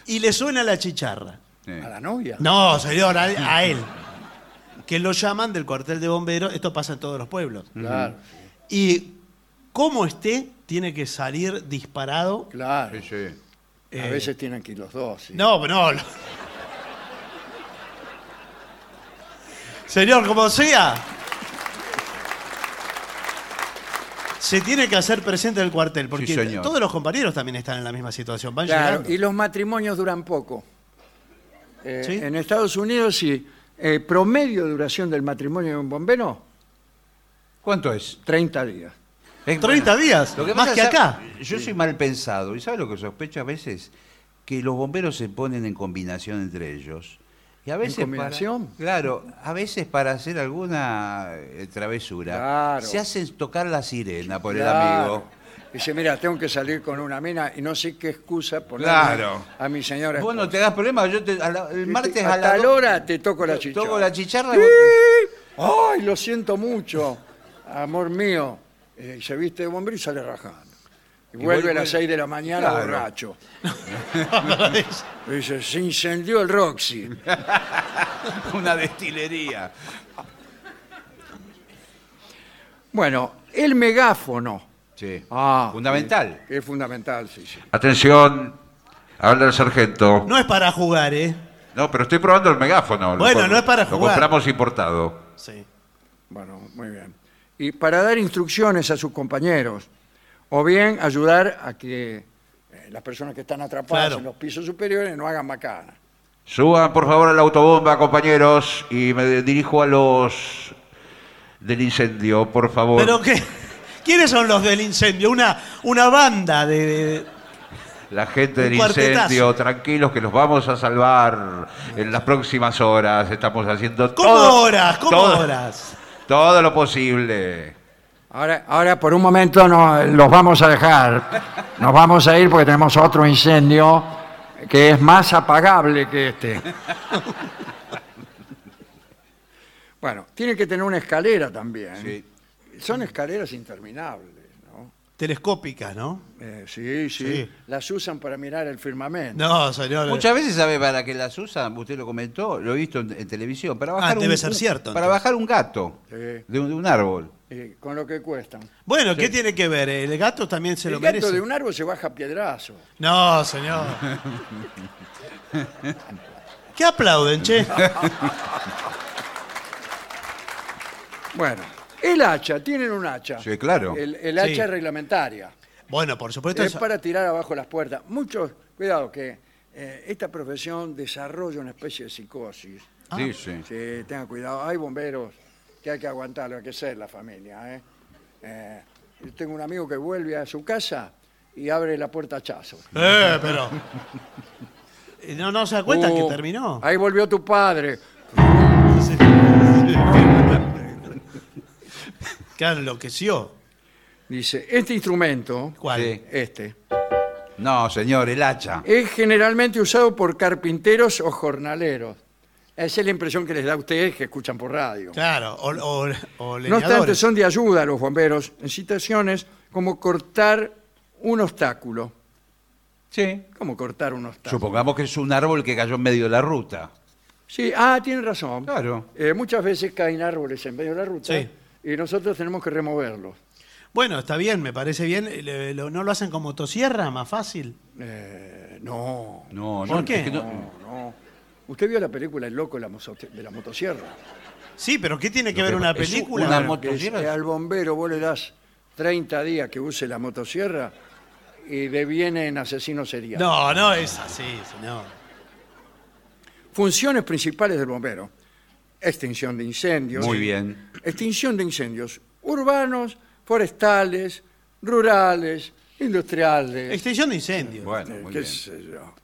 [SPEAKER 3] Y le suena la chicharra.
[SPEAKER 4] Sí.
[SPEAKER 2] ¿A la novia?
[SPEAKER 3] No, señor, a, a él. Que lo llaman del cuartel de bomberos. Esto pasa en todos los pueblos.
[SPEAKER 2] Claro,
[SPEAKER 3] Y como esté, tiene que salir disparado.
[SPEAKER 2] claro.
[SPEAKER 4] Sí, sí.
[SPEAKER 2] A
[SPEAKER 3] eh,
[SPEAKER 2] veces tienen que ir los dos. sí.
[SPEAKER 3] No, no. lo- Señor, como sea. Se tiene que hacer presente en el cuartel, porque
[SPEAKER 4] señor.
[SPEAKER 3] todos los compañeros también están en la misma situación. Van
[SPEAKER 2] Claro,
[SPEAKER 3] llegando.
[SPEAKER 2] y los matrimonios duran poco. Eh,
[SPEAKER 3] Sí.
[SPEAKER 2] En Estados Unidos, sí. Eh, promedio de duración del matrimonio de un bombero,
[SPEAKER 4] ¿Cuánto es?
[SPEAKER 2] 30 días.
[SPEAKER 4] Es-
[SPEAKER 3] 30 días, más
[SPEAKER 4] pasa
[SPEAKER 3] que
[SPEAKER 4] es-
[SPEAKER 3] acá.
[SPEAKER 4] Yo soy mal pensado. ¿Y sabe lo que sospecho a veces? Que los bomberos se ponen en combinación entre ellos. Y a veces para-
[SPEAKER 2] combinación?
[SPEAKER 4] claro, a veces para hacer alguna eh, travesura
[SPEAKER 2] Claro.
[SPEAKER 4] se hacen tocar la sirena por el
[SPEAKER 2] Claro.
[SPEAKER 4] amigo.
[SPEAKER 2] Dice, mira, tengo que salir con una mina y no sé qué excusa ponerle
[SPEAKER 4] Claro.
[SPEAKER 2] a mi señora.
[SPEAKER 4] Vos no
[SPEAKER 2] esposa.
[SPEAKER 4] te das problema, yo te- a la- el martes a
[SPEAKER 2] a
[SPEAKER 4] la
[SPEAKER 2] tal
[SPEAKER 4] do-
[SPEAKER 2] Este, hora te toco la
[SPEAKER 4] to-
[SPEAKER 2] chicharra.
[SPEAKER 4] toco la chicharra.
[SPEAKER 2] Ay, lo siento mucho, amor mío. Eh, se viste de bombero y sale rajando. Y, vuelve a
[SPEAKER 4] vuelve-
[SPEAKER 2] las 6 de la mañana
[SPEAKER 4] Claro. [LAUGHS]
[SPEAKER 2] borracho. Y dice, se incendió el Roxy.
[SPEAKER 3] [LAUGHS]
[SPEAKER 4] Una destilería.
[SPEAKER 2] Bueno, el megáfono.
[SPEAKER 4] Sí.
[SPEAKER 2] Ah,
[SPEAKER 4] Fundamental.
[SPEAKER 2] sí, es fundamental, sí, sí.
[SPEAKER 5] Atención, habla el sargento. No,
[SPEAKER 3] No es para jugar, ¿eh?
[SPEAKER 5] pero estoy probando el megáfono. Lo
[SPEAKER 3] Bueno,
[SPEAKER 5] co-
[SPEAKER 3] no es para
[SPEAKER 5] Lo
[SPEAKER 3] jugar.
[SPEAKER 5] compramos importado.
[SPEAKER 3] Sí.
[SPEAKER 2] Bueno, muy bien. Y para dar instrucciones a sus compañeros, o bien ayudar a que eh, las personas que están atrapadas
[SPEAKER 3] Claro.
[SPEAKER 2] en los pisos superiores no hagan macana.
[SPEAKER 5] Suban por favor a la autobomba, compañeros, y me dirijo a los del incendio, por favor.
[SPEAKER 3] Pero qué, ¿quiénes son los del incendio? Una, una banda de, de-
[SPEAKER 5] La gente
[SPEAKER 3] Un
[SPEAKER 5] del
[SPEAKER 3] cuartetazo.
[SPEAKER 5] incendio, tranquilos que los vamos a salvar en las próximas horas. Estamos haciendo
[SPEAKER 3] ¿Cómo
[SPEAKER 5] todo,
[SPEAKER 3] horas? ¿Cómo
[SPEAKER 5] todo-
[SPEAKER 3] horas?
[SPEAKER 5] Todo lo posible.
[SPEAKER 2] Ahora, ahora por un momento no, los vamos a dejar. Nos vamos a ir porque tenemos otro incendio que es más apagable que este. Bueno, tiene que tener una escalera también.
[SPEAKER 3] Eh,
[SPEAKER 4] Sí.
[SPEAKER 2] Son escaleras interminables, ¿no?
[SPEAKER 3] telescópicas, ¿no?
[SPEAKER 2] Eh, sí, sí,
[SPEAKER 3] Sí.
[SPEAKER 2] Las usan para mirar el firmamento.
[SPEAKER 3] No, señor.
[SPEAKER 4] Muchas veces sabe para que las usan, usted lo comentó, lo he visto en, en televisión, para bajar
[SPEAKER 3] Ah, debe
[SPEAKER 4] un,
[SPEAKER 3] ser cierto,
[SPEAKER 4] para
[SPEAKER 3] entonces.
[SPEAKER 4] bajar un gato
[SPEAKER 2] Sí.
[SPEAKER 4] de, un, de un árbol.
[SPEAKER 2] Eh, con lo que cuestan.
[SPEAKER 3] Bueno, ¿qué tiene que ver? El gato también se
[SPEAKER 2] el
[SPEAKER 3] lo
[SPEAKER 2] gato
[SPEAKER 3] merece.
[SPEAKER 2] de un árbol se baja a piedrazo.
[SPEAKER 3] No, señor. ¿Qué aplauden, che?
[SPEAKER 2] Bueno, el hacha, tienen un hacha.
[SPEAKER 4] Sí, claro.
[SPEAKER 2] El, el hacha
[SPEAKER 3] Sí.
[SPEAKER 2] es reglamentaria.
[SPEAKER 3] Bueno, por supuesto.
[SPEAKER 2] es para tirar abajo las puertas. Muchos, cuidado, que eh, esta profesión desarrolla una especie de psicosis.
[SPEAKER 3] Ah.
[SPEAKER 4] Sí, sí.
[SPEAKER 2] Sí, tengan cuidado. Hay bomberos que hay que aguantarlo, hay que ser la familia. ¿eh? Eh, yo tengo un amigo que vuelve a su casa y abre la puerta a hachazo.
[SPEAKER 3] Eh, pero. Eh, No, no se da cuenta que
[SPEAKER 2] Uh,
[SPEAKER 3] terminó.
[SPEAKER 2] Ahí volvió tu padre.
[SPEAKER 3] Claro, enloqueció.
[SPEAKER 2] Dice, este instrumento,
[SPEAKER 3] ¿Cuál?
[SPEAKER 4] Sí.
[SPEAKER 2] este,
[SPEAKER 4] No, señor, el hacha.
[SPEAKER 2] es generalmente usado por carpinteros o jornaleros. Esa es la impresión que les da a ustedes que escuchan por radio.
[SPEAKER 3] Claro, o, o, o
[SPEAKER 2] No obstante,
[SPEAKER 3] leñadores.
[SPEAKER 2] son de ayuda a los bomberos en situaciones como cortar un obstáculo.
[SPEAKER 4] Sí.
[SPEAKER 2] ¿Cómo cortar un obstáculo?
[SPEAKER 4] Supongamos que es un árbol que cayó en medio de la ruta.
[SPEAKER 2] Sí, ah, tienen razón.
[SPEAKER 4] Claro.
[SPEAKER 2] Eh, muchas veces caen árboles en medio de la ruta
[SPEAKER 3] Sí.
[SPEAKER 2] y nosotros tenemos que removerlos.
[SPEAKER 3] Bueno, está bien, me parece bien. Eh, le- lo- ¿No lo hacen con motosierra? Más fácil.
[SPEAKER 2] Eh, no.
[SPEAKER 4] No, no.
[SPEAKER 3] ¿Por qué?
[SPEAKER 4] es que no-
[SPEAKER 2] No, no. ¿Usted vio la película El loco de la, mozo- de la motosierra?
[SPEAKER 3] Sí, pero ¿qué tiene que
[SPEAKER 4] Lo
[SPEAKER 3] ver
[SPEAKER 4] que-
[SPEAKER 3] una
[SPEAKER 4] es un-
[SPEAKER 3] película?
[SPEAKER 4] una
[SPEAKER 2] Claro, que es-
[SPEAKER 4] motosierra.
[SPEAKER 2] eh, al bombero vos le das 30 días que use la motosierra y deviene en asesino serial.
[SPEAKER 3] No, no es así, señor.
[SPEAKER 2] Funciones principales del bombero. Extinción de incendios.
[SPEAKER 4] Muy bien.
[SPEAKER 2] Extinción de incendios urbanos, forestales, rurales, industriales.
[SPEAKER 3] Extensión de incendios.
[SPEAKER 4] Eh. Este, Bueno,
[SPEAKER 2] Eh,
[SPEAKER 4] muy
[SPEAKER 2] qué
[SPEAKER 4] bien.
[SPEAKER 2] sé yo.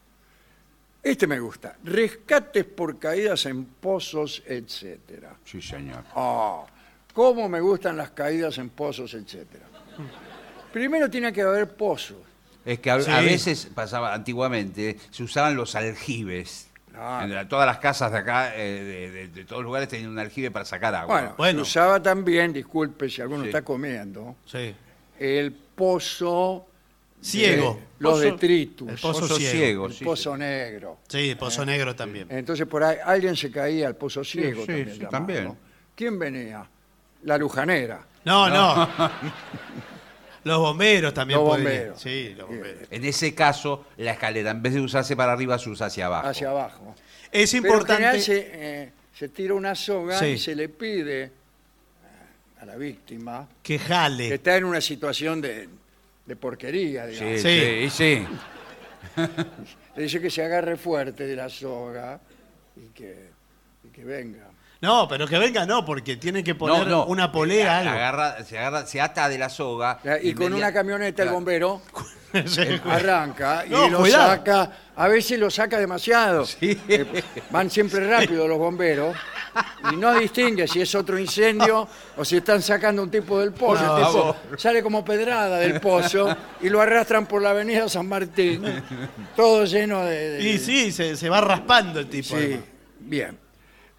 [SPEAKER 2] Este me gusta. Rescates por caídas en pozos, etcétera.
[SPEAKER 4] Sí, señor.
[SPEAKER 2] Ah, cómo me gustan las caídas en pozos, etcétera. Primero tiene que haber pozos.
[SPEAKER 4] Es que a, a
[SPEAKER 3] Sí.
[SPEAKER 4] veces pasaba, antiguamente, se usaban los aljibes.
[SPEAKER 2] Ah.
[SPEAKER 4] En la- todas las casas de acá, eh, de, de- de todos los lugares, tenían un aljibe para sacar agua.
[SPEAKER 2] Bueno,
[SPEAKER 3] Bueno.
[SPEAKER 2] se usaba también, disculpe si alguno
[SPEAKER 4] Sí.
[SPEAKER 2] está comiendo,
[SPEAKER 3] Sí.
[SPEAKER 2] el pozo
[SPEAKER 3] Ciego.
[SPEAKER 2] de Eh,
[SPEAKER 4] Eh.
[SPEAKER 2] los
[SPEAKER 4] Pozo-
[SPEAKER 2] detritus,
[SPEAKER 3] el pozo ciego.
[SPEAKER 2] el
[SPEAKER 4] sí,
[SPEAKER 2] pozo
[SPEAKER 4] sí.
[SPEAKER 2] negro.
[SPEAKER 3] Sí, Pozo Negro también.
[SPEAKER 2] Entonces por ahí alguien se caía al pozo ciego
[SPEAKER 4] sí,
[SPEAKER 2] también.
[SPEAKER 4] sí,
[SPEAKER 2] llamado,
[SPEAKER 4] también.
[SPEAKER 2] ¿no? ¿Quién venía? La lujanera.
[SPEAKER 3] No, no. Los bomberos también
[SPEAKER 2] Los
[SPEAKER 3] podían.
[SPEAKER 2] bomberos.
[SPEAKER 3] Sí, los bomberos.
[SPEAKER 4] En ese caso, la escalera, en vez de usarse para arriba, se usa hacia abajo.
[SPEAKER 2] hacia abajo.
[SPEAKER 3] Es
[SPEAKER 2] Pero en
[SPEAKER 3] importante.
[SPEAKER 2] general se, eh, se tira una soga
[SPEAKER 3] Sí.
[SPEAKER 2] y se le pide eh, a la víctima
[SPEAKER 3] Que
[SPEAKER 2] que
[SPEAKER 3] jale.
[SPEAKER 2] está en una situación de, de porquería, digamos.
[SPEAKER 4] Sí,
[SPEAKER 3] Sí.
[SPEAKER 4] sí, sí.
[SPEAKER 2] Le dice que se agarre fuerte de la soga y que, y que venga.
[SPEAKER 3] No, pero que venga no, porque tiene que poner una polea,
[SPEAKER 4] Eh,
[SPEAKER 3] algo.
[SPEAKER 4] Agarra, se, agarra, se ata de la soga.
[SPEAKER 2] O sea, Eh, Y con
[SPEAKER 4] media-
[SPEAKER 2] una camioneta el
[SPEAKER 4] Claro.
[SPEAKER 2] bombero
[SPEAKER 3] [LAUGHS] Sí.
[SPEAKER 2] arranca y
[SPEAKER 3] No,
[SPEAKER 2] lo
[SPEAKER 3] cuidado.
[SPEAKER 2] saca. A veces lo saca demasiado.
[SPEAKER 3] [LAUGHS]
[SPEAKER 2] Eh, van siempre rápido los bomberos y no distingue si es otro incendio o si están sacando un tipo del pozo.
[SPEAKER 4] No,
[SPEAKER 2] El tipo
[SPEAKER 4] vamos.
[SPEAKER 2] sale como pedrada del pozo y lo arrastran por la avenida San Martín, todo lleno de... de-
[SPEAKER 3] Y sí, se, se va raspando el tipo.
[SPEAKER 2] Sí,
[SPEAKER 3] además.
[SPEAKER 2] bien.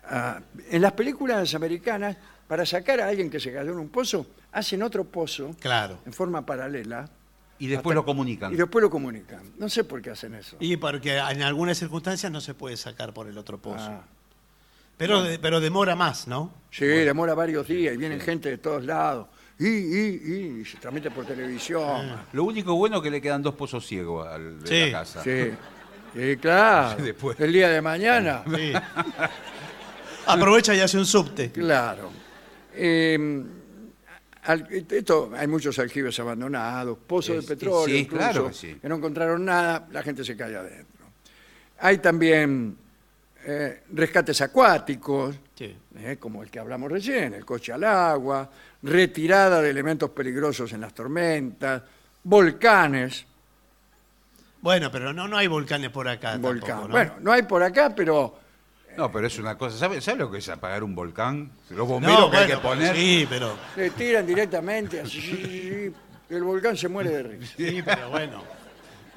[SPEAKER 2] Ah, en las películas americanas, para sacar a alguien que se cayó en un pozo, hacen otro pozo
[SPEAKER 3] Claro.
[SPEAKER 2] en forma paralela
[SPEAKER 4] Y después lo comunican.
[SPEAKER 2] y después lo comunican. No sé por qué hacen eso.
[SPEAKER 3] Y porque en algunas circunstancias no se puede sacar por el otro pozo.
[SPEAKER 2] Ah.
[SPEAKER 3] Pero, de- pero demora más, ¿no?
[SPEAKER 2] Sí, demora varios días y vienen gente de todos lados. Y, y, y, y se transmite por televisión.
[SPEAKER 4] Lo único bueno es que le quedan dos pozos ciegos al de
[SPEAKER 3] Sí,
[SPEAKER 4] la casa.
[SPEAKER 2] Sí. Sí, claro.
[SPEAKER 4] [LAUGHS] Sí, después.
[SPEAKER 2] El día de
[SPEAKER 4] [LAUGHS]
[SPEAKER 2] mañana.
[SPEAKER 3] Sí. [LAUGHS] Aprovecha y hace un subte.
[SPEAKER 2] Claro. Eh, al- esto, hay muchos aljibes abandonados, pozos
[SPEAKER 4] Sí,
[SPEAKER 2] de petróleo,
[SPEAKER 4] sí,
[SPEAKER 2] incluso,
[SPEAKER 4] claro que sí.
[SPEAKER 2] no encontraron nada, la gente se cae adentro. Hay también eh, rescates acuáticos,
[SPEAKER 3] Sí.
[SPEAKER 2] eh, como el que hablamos recién, el coche al agua, retirada de elementos peligrosos en las tormentas, volcanes,
[SPEAKER 3] Bueno, pero no, no hay volcanes por acá. tampoco,
[SPEAKER 2] volcán.
[SPEAKER 3] ¿no?
[SPEAKER 2] Bueno, no hay por acá, pero
[SPEAKER 4] No, pero es una cosa. ¿Sabe, sabe lo que es apagar un volcán? Los
[SPEAKER 3] No,
[SPEAKER 4] bomberos que hay que
[SPEAKER 3] bueno, pues
[SPEAKER 4] poner.
[SPEAKER 3] Sí, pero,
[SPEAKER 2] le tiran directamente, así, sí, sí, sí, y el volcán se muere de risa.
[SPEAKER 3] sí, pero bueno.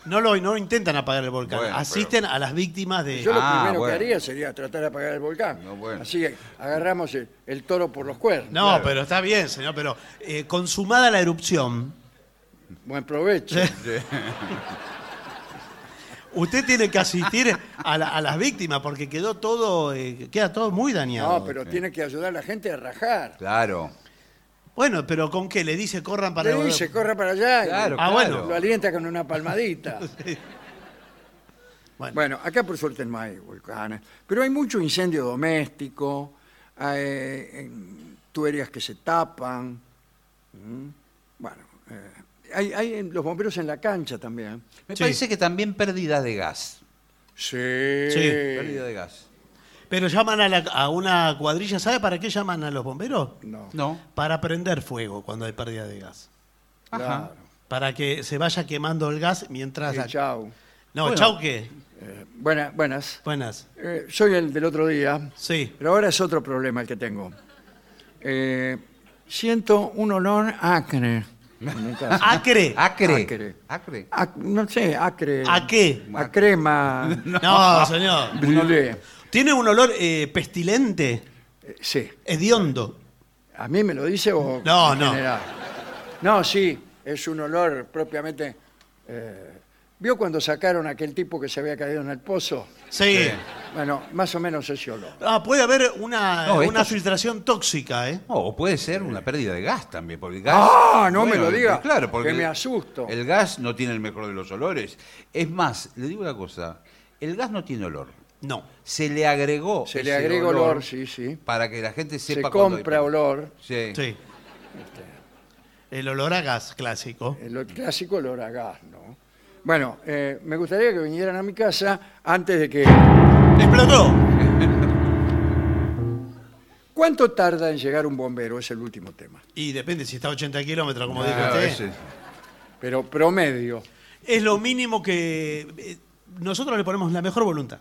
[SPEAKER 3] No lo no intentan apagar el volcán.
[SPEAKER 4] Bueno,
[SPEAKER 3] Asisten a las víctimas de.
[SPEAKER 2] Yo lo
[SPEAKER 4] Ah,
[SPEAKER 2] primero
[SPEAKER 4] bueno.
[SPEAKER 2] que haría sería tratar de apagar el volcán.
[SPEAKER 4] No, bueno.
[SPEAKER 2] Así agarramos el, el toro por los cuernos.
[SPEAKER 3] no, pero está bien, señor. Pero eh, consumada la erupción,
[SPEAKER 2] Buen provecho.
[SPEAKER 4] [LAUGHS]
[SPEAKER 3] usted tiene que asistir a, la- a las víctimas porque quedó todo. eh, queda todo muy dañado.
[SPEAKER 2] No, pero tiene que ayudar a la gente a rajar.
[SPEAKER 4] Claro.
[SPEAKER 3] Bueno, pero ¿con qué? Le dice corran para
[SPEAKER 2] Le
[SPEAKER 3] el-
[SPEAKER 2] dice, corra para allá. y
[SPEAKER 4] Claro,
[SPEAKER 3] Ah,
[SPEAKER 4] claro.
[SPEAKER 2] Lo alienta con una palmadita.
[SPEAKER 3] Bueno,
[SPEAKER 2] Bueno, acá por suerte no hay volcanes, pero hay mucho incendio doméstico, hay en tuberías que se tapan. ¿Mm? Bueno, eh, hay, hay en- los bomberos en la cancha también.
[SPEAKER 4] Me
[SPEAKER 3] Sí.
[SPEAKER 4] parece que también pérdida de gas.
[SPEAKER 2] Sí.
[SPEAKER 3] Sí,
[SPEAKER 4] Pérdida de gas.
[SPEAKER 3] pero llaman a, la- a una cuadrilla. ¿Sabe para qué llaman a los bomberos?
[SPEAKER 2] No.
[SPEAKER 4] No.
[SPEAKER 3] Para prender fuego cuando hay pérdida de gas.
[SPEAKER 4] Ajá.
[SPEAKER 2] Claro.
[SPEAKER 3] Para que se vaya quemando el gas mientras
[SPEAKER 2] Sí,
[SPEAKER 3] la-
[SPEAKER 2] chau.
[SPEAKER 3] No, Chauque.
[SPEAKER 2] Buenas, buenas.
[SPEAKER 3] Buenas.
[SPEAKER 2] Eh, soy el del otro día,
[SPEAKER 3] Sí.
[SPEAKER 2] pero ahora es otro problema el que tengo. Eh, siento un olor acre. en el
[SPEAKER 3] [LAUGHS]
[SPEAKER 2] caso.
[SPEAKER 3] Acre.
[SPEAKER 4] Acre.
[SPEAKER 2] Acre.
[SPEAKER 4] Acre.
[SPEAKER 2] A- no sé, acre.
[SPEAKER 3] ¿A qué?
[SPEAKER 2] A crema.
[SPEAKER 3] No, señor.
[SPEAKER 2] brûlée.
[SPEAKER 3] Tiene un olor eh, pestilente,
[SPEAKER 2] Eh, sí.
[SPEAKER 3] hediondo.
[SPEAKER 2] ¿A mí me lo dice o.?
[SPEAKER 3] No,
[SPEAKER 2] en
[SPEAKER 3] no.
[SPEAKER 2] general? No, sí, es un olor propiamente. eh, ¿Vio cuando sacaron a aquel tipo que se había caído en el pozo?
[SPEAKER 3] Sí.
[SPEAKER 2] Bueno, más o menos ese olor.
[SPEAKER 3] Ah, puede haber una,
[SPEAKER 4] No,
[SPEAKER 3] una
[SPEAKER 4] esto-
[SPEAKER 3] filtración tóxica, ¿eh?
[SPEAKER 4] No, o puede ser una pérdida de gas también, porque el gas...
[SPEAKER 2] ¡Ah, no me lo diga!
[SPEAKER 4] Claro, porque
[SPEAKER 2] Que me asusto.
[SPEAKER 4] El gas no tiene el mejor de los olores. Es más, le digo una cosa, el gas no tiene olor.
[SPEAKER 3] No.
[SPEAKER 4] Se le agregó
[SPEAKER 2] Se le
[SPEAKER 4] ese
[SPEAKER 2] agrega olor, sí, sí.
[SPEAKER 4] Para que la gente
[SPEAKER 2] Se
[SPEAKER 4] sepa cuándo-
[SPEAKER 2] compra olor,
[SPEAKER 4] Sí.
[SPEAKER 3] Sí. El olor a gas clásico.
[SPEAKER 2] el Eh, clásico olor a gas, ¿no? Bueno, eh, me gustaría que vinieran a mi casa antes de que.
[SPEAKER 3] ¡Explotó!
[SPEAKER 2] ¿Cuánto tarda en llegar un bombero? Es el último tema.
[SPEAKER 3] Y depende si está a 80 kilómetros,
[SPEAKER 2] Ah,
[SPEAKER 3] como dijo
[SPEAKER 4] Claro,
[SPEAKER 3] usted.
[SPEAKER 4] ese-
[SPEAKER 2] Pero promedio.
[SPEAKER 3] Es lo mínimo que. eh, Nosotros le ponemos la mejor voluntad.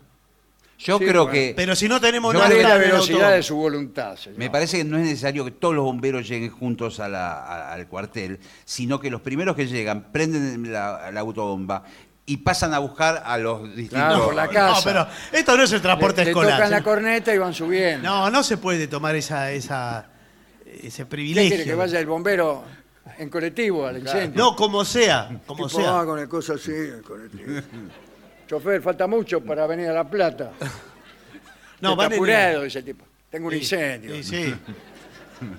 [SPEAKER 4] Yo
[SPEAKER 2] Sí,
[SPEAKER 4] creo
[SPEAKER 2] bueno.
[SPEAKER 4] que...
[SPEAKER 3] Pero si no tenemos
[SPEAKER 4] Yo
[SPEAKER 3] nada
[SPEAKER 4] creo
[SPEAKER 2] Dale
[SPEAKER 4] que
[SPEAKER 2] la
[SPEAKER 3] en el
[SPEAKER 2] velocidad
[SPEAKER 3] auto-
[SPEAKER 2] de su voluntad, señor.
[SPEAKER 4] Me parece que no es necesario que todos los bomberos lleguen juntos a la- a- al cuartel, sino que los primeros que llegan prenden la, la autobomba y pasan a buscar a los distintos.
[SPEAKER 2] Claro, por la
[SPEAKER 3] No,
[SPEAKER 2] casa.
[SPEAKER 3] pero esto no es el transporte
[SPEAKER 2] le, le
[SPEAKER 3] escolar.
[SPEAKER 2] tocan la
[SPEAKER 3] ¿sí?
[SPEAKER 2] corneta y van subiendo.
[SPEAKER 3] No, no se puede tomar esa, esa, ese
[SPEAKER 2] ¿Qué quiere
[SPEAKER 3] privilegio.
[SPEAKER 2] que vaya el bombero en colectivo al incendio?
[SPEAKER 3] No, como sea, como
[SPEAKER 2] Tipo,
[SPEAKER 3] sea.
[SPEAKER 2] ah, con el coso así, en colectivo. [LAUGHS] Chofer, falta mucho para venir a La Plata.
[SPEAKER 3] No,
[SPEAKER 2] Está
[SPEAKER 3] van en-
[SPEAKER 2] apurado ese tipo. Tengo un
[SPEAKER 3] Sí,
[SPEAKER 2] incendio.
[SPEAKER 3] Sí, sí.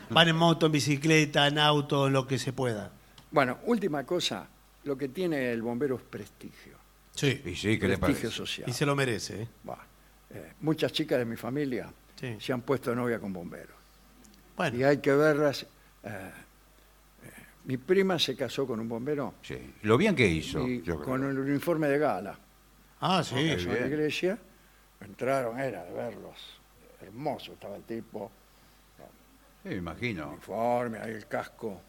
[SPEAKER 3] Van en moto, en bicicleta, en auto, en lo que se pueda.
[SPEAKER 2] Bueno, última cosa. Lo que tiene el bombero es prestigio.
[SPEAKER 3] Sí.
[SPEAKER 4] Y sí, ¿qué le
[SPEAKER 2] prestigio
[SPEAKER 4] parece?
[SPEAKER 2] social.
[SPEAKER 3] Y se lo merece. ¿eh?
[SPEAKER 2] Bah, eh, muchas chicas de mi familia
[SPEAKER 3] Sí.
[SPEAKER 2] se han puesto novia con bomberos. Y
[SPEAKER 3] Bueno,
[SPEAKER 2] hay que verlas. eh, eh, mi prima se casó con un bombero
[SPEAKER 4] Sí. Lo bien que hizo.
[SPEAKER 2] y
[SPEAKER 4] yo creo.
[SPEAKER 2] con el uniforme de gala.
[SPEAKER 3] ah, sí.
[SPEAKER 2] Pasó a la
[SPEAKER 4] bien.
[SPEAKER 2] iglesia, entraron, era de verlos. Hermoso estaba el tipo,
[SPEAKER 4] Sí, me imagino,
[SPEAKER 2] uniforme, ahí el casco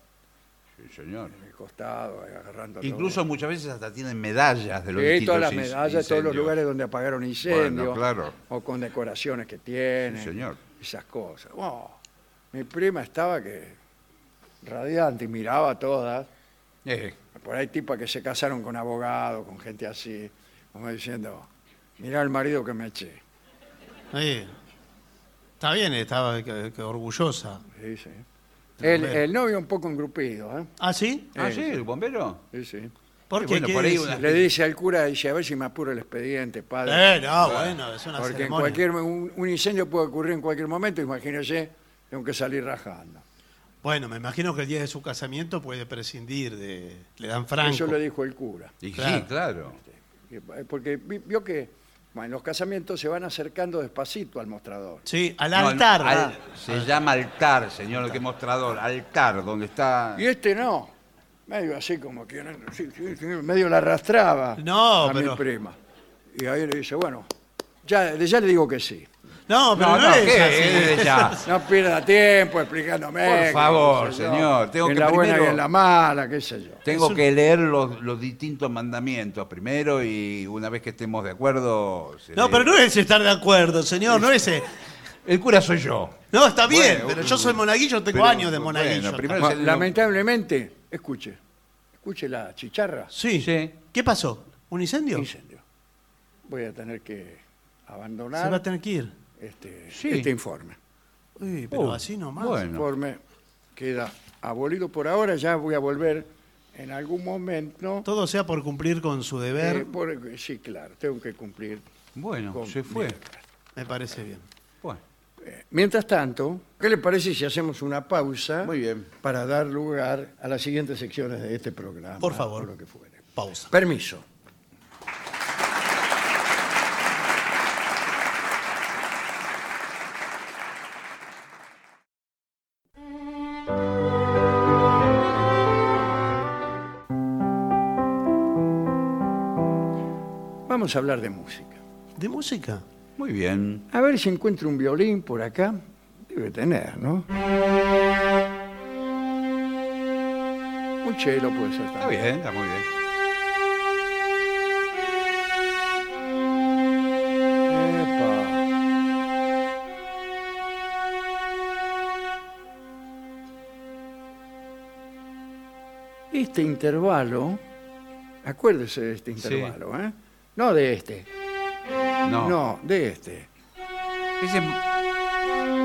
[SPEAKER 4] sí, señor.
[SPEAKER 2] en el costado, ahí agarrando. todo.
[SPEAKER 4] Incluso muchas veces hasta tienen medallas de los
[SPEAKER 2] Sí,
[SPEAKER 4] distintos
[SPEAKER 2] todas las
[SPEAKER 4] inc-
[SPEAKER 2] medallas, todos los
[SPEAKER 4] incendios.
[SPEAKER 2] lugares donde apagaron incendios,
[SPEAKER 4] Bueno, claro.
[SPEAKER 2] o con decoraciones que tienen,
[SPEAKER 4] Sí, señor.
[SPEAKER 2] esas cosas. Oh, mi prima estaba que radiante, y miraba a todas.
[SPEAKER 4] Eh,
[SPEAKER 2] Por ahí tipas que se casaron con abogados, con gente así, como diciendo, mirá el marido que me eché.
[SPEAKER 3] Sí. Está bien, estaba que- que orgullosa.
[SPEAKER 2] Sí, sí. El, el novio un poco engrupido, ¿eh?
[SPEAKER 3] ¿Ah, sí?
[SPEAKER 4] ah,
[SPEAKER 2] Eh,
[SPEAKER 4] sí, el bombero.
[SPEAKER 2] Sí, sí.
[SPEAKER 3] ¿Por
[SPEAKER 4] Sí,
[SPEAKER 3] qué?
[SPEAKER 4] bueno,
[SPEAKER 3] ¿Qué
[SPEAKER 4] por ahí
[SPEAKER 3] dice?
[SPEAKER 4] una-
[SPEAKER 2] Le dice al cura, dice, a ver si me apuro el expediente, padre.
[SPEAKER 3] Eh, no, bueno, es una
[SPEAKER 2] porque en
[SPEAKER 3] ceremonia.
[SPEAKER 2] cualquier, un, un incendio puede ocurrir en cualquier momento, imagínese, tengo que salir rajando.
[SPEAKER 3] Bueno, me imagino que el día de su casamiento puede prescindir de... Le dan franco.
[SPEAKER 2] Eso lo dijo el cura.
[SPEAKER 4] Y sí,
[SPEAKER 3] Claro.
[SPEAKER 4] claro.
[SPEAKER 2] Porque vi- vio que bueno, en los casamientos se van acercando despacito al mostrador.
[SPEAKER 3] Sí, al
[SPEAKER 4] No, al-
[SPEAKER 3] altar.
[SPEAKER 4] al-
[SPEAKER 3] ah.
[SPEAKER 4] se llama altar, señor, qué mostrador. Altar, donde está.
[SPEAKER 2] Y este no. Medio así como que sí, sí, sí, medio la arrastraba
[SPEAKER 3] No,
[SPEAKER 2] a mi
[SPEAKER 3] pero-
[SPEAKER 2] prima. Y ahí le dice, bueno, ya, ya le digo que sí.
[SPEAKER 3] No, pero
[SPEAKER 4] No,
[SPEAKER 3] no,
[SPEAKER 4] no,
[SPEAKER 3] es
[SPEAKER 4] ¿qué?
[SPEAKER 3] así.
[SPEAKER 4] Eh,
[SPEAKER 2] [LAUGHS]
[SPEAKER 4] ya.
[SPEAKER 2] No pierda tiempo explicándome.
[SPEAKER 4] Por
[SPEAKER 2] que
[SPEAKER 4] favor,
[SPEAKER 2] qué sé yo,
[SPEAKER 4] señor, tengo
[SPEAKER 2] en
[SPEAKER 4] que
[SPEAKER 2] la buena y
[SPEAKER 4] primero-
[SPEAKER 2] en la mala, qué sé yo.
[SPEAKER 4] Tengo
[SPEAKER 3] Es un-
[SPEAKER 4] que leer los, los distintos mandamientos primero y una vez que estemos de acuerdo. se
[SPEAKER 3] No,
[SPEAKER 4] lee.
[SPEAKER 3] pero no es estar de acuerdo, señor, no es... eh,
[SPEAKER 4] El cura soy yo.
[SPEAKER 3] No, está bien,
[SPEAKER 4] Bueno,
[SPEAKER 3] pero yo soy monaguillo, tengo
[SPEAKER 4] pero,
[SPEAKER 3] años de
[SPEAKER 4] bueno,
[SPEAKER 3] monaguillo.
[SPEAKER 4] primero-
[SPEAKER 2] Bueno,
[SPEAKER 4] es el-
[SPEAKER 2] lamentablemente, escuche, escuche la chicharra.
[SPEAKER 3] Sí.
[SPEAKER 4] Sí.
[SPEAKER 3] ¿Qué pasó? ¿Un incendio?
[SPEAKER 2] Incendio. Voy a tener que
[SPEAKER 3] Se va a
[SPEAKER 2] abandonar
[SPEAKER 3] tener que ir.
[SPEAKER 2] este,
[SPEAKER 4] Sí.
[SPEAKER 2] este informe.
[SPEAKER 3] Uy, pero
[SPEAKER 4] Oh,
[SPEAKER 3] así nomás.
[SPEAKER 4] bueno.
[SPEAKER 2] informe queda abolido por ahora, ya voy a volver en algún momento.
[SPEAKER 3] Todo sea por cumplir con su deber,
[SPEAKER 2] Eh, por- sí, claro, tengo que cumplir.
[SPEAKER 4] Bueno,
[SPEAKER 2] con
[SPEAKER 4] se
[SPEAKER 2] mi
[SPEAKER 4] fue.
[SPEAKER 2] deber.
[SPEAKER 3] me parece bien.
[SPEAKER 4] Bueno,
[SPEAKER 2] Eh, Mientras tanto, ¿qué le parece si hacemos una pausa
[SPEAKER 4] Muy bien.
[SPEAKER 2] para dar lugar a las siguientes secciones de este programa?
[SPEAKER 3] Por favor.
[SPEAKER 2] o lo que fuere.
[SPEAKER 3] Pausa.
[SPEAKER 2] Permiso. Vamos a hablar de música.
[SPEAKER 3] ¿De música?
[SPEAKER 4] muy bien.
[SPEAKER 2] A ver si encuentro un violín por acá. Debe tener, ¿no? Un chelo puede ser
[SPEAKER 4] Está
[SPEAKER 2] también.
[SPEAKER 4] bien, está muy bien.
[SPEAKER 2] Este intervalo, acuérdese de este intervalo, ¿eh? No de este,
[SPEAKER 4] No.
[SPEAKER 2] no, de este.
[SPEAKER 4] Ese, es,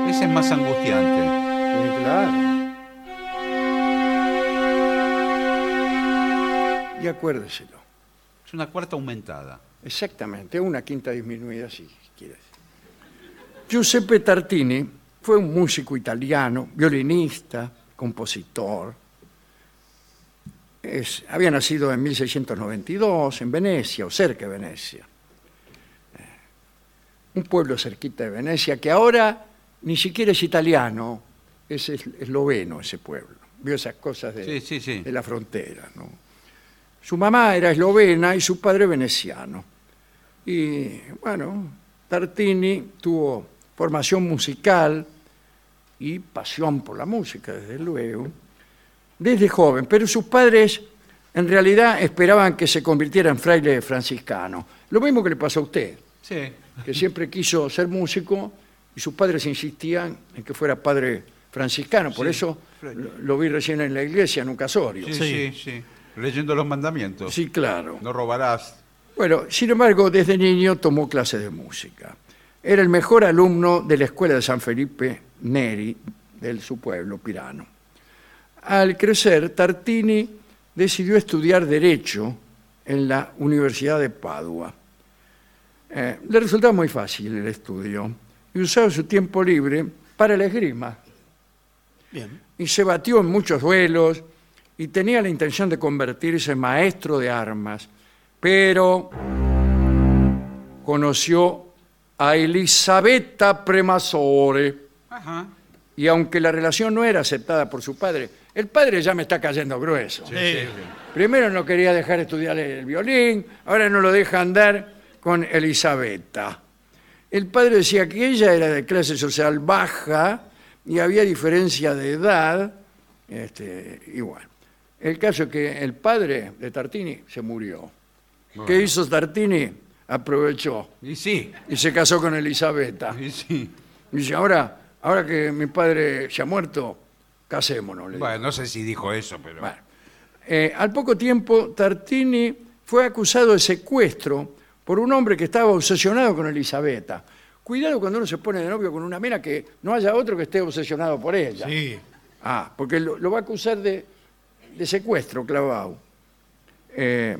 [SPEAKER 4] ese es más angustiante.
[SPEAKER 2] Sí, claro. Y acuérdeselo.
[SPEAKER 4] Es una cuarta aumentada.
[SPEAKER 2] Exactamente, una quinta disminuida, si quieres. Giuseppe Tartini fue un músico italiano, violinista, compositor. Es- había nacido en 1692 en Venecia, o cerca de Venecia. Eh, Un pueblo cerquita de Venecia que ahora ni siquiera es italiano, es es- esloveno ese pueblo. Vio esas cosas de,
[SPEAKER 4] Sí, sí, sí.
[SPEAKER 2] de la frontera. ¿no? Su mamá era eslovena y su padre veneciano. Y bueno, Tartini tuvo formación musical y pasión por la música, desde luego, desde joven. Pero sus padres en realidad esperaban que se convirtiera en fraile franciscano. Lo mismo que le pasó a usted,
[SPEAKER 4] Sí.
[SPEAKER 2] que siempre quiso ser músico y sus padres insistían en que fuera padre franciscano. Por eso lo, lo vi recién en la iglesia, en un casorio.
[SPEAKER 4] Sí, sí, sí. Leyendo los mandamientos.
[SPEAKER 2] Sí, claro.
[SPEAKER 4] No robarás.
[SPEAKER 2] Bueno, sin embargo, desde niño tomó clases de música. Era el mejor alumno de la escuela de San Felipe Neri, de su pueblo, Pirano. Al crecer, Tartini decidió estudiar Derecho en la Universidad de Padua. Eh, le resultaba muy fácil el estudio y usaba su tiempo libre para la esgrima
[SPEAKER 3] Bien.
[SPEAKER 2] y se batió en muchos duelos y tenía la intención de convertirse en maestro de armas, pero conoció a Elisabetta Premasore
[SPEAKER 4] Ajá.
[SPEAKER 2] y aunque la relación no era aceptada por su padre, el padre ya me está cayendo grueso.
[SPEAKER 3] Eh,
[SPEAKER 2] Primero no quería dejar estudiar el violín, ahora no lo deja andar con Elisabetta. El padre decía que ella era de clase social baja y había diferencia de edad, este, y bueno. El caso es que el padre de Tartini se murió. ¿Qué hizo Tartini? Aprovechó
[SPEAKER 4] Y sí.
[SPEAKER 2] y se casó con Elisabetta.
[SPEAKER 4] Y sí.
[SPEAKER 2] Dice, ahora, ahora que mi padre se ha muerto, casémonos. le dijo.
[SPEAKER 4] Bueno, no sé si dijo eso, pero.
[SPEAKER 2] Bueno, eh, al poco tiempo, Tartini fue acusado de secuestro por un hombre que estaba obsesionado con Elisabetta. Cuidado cuando uno se pone de novio con una mera que no haya otro que esté obsesionado por ella.
[SPEAKER 3] Sí.
[SPEAKER 2] Ah, porque lo, lo va a acusar de, de secuestro, clavado. Eh,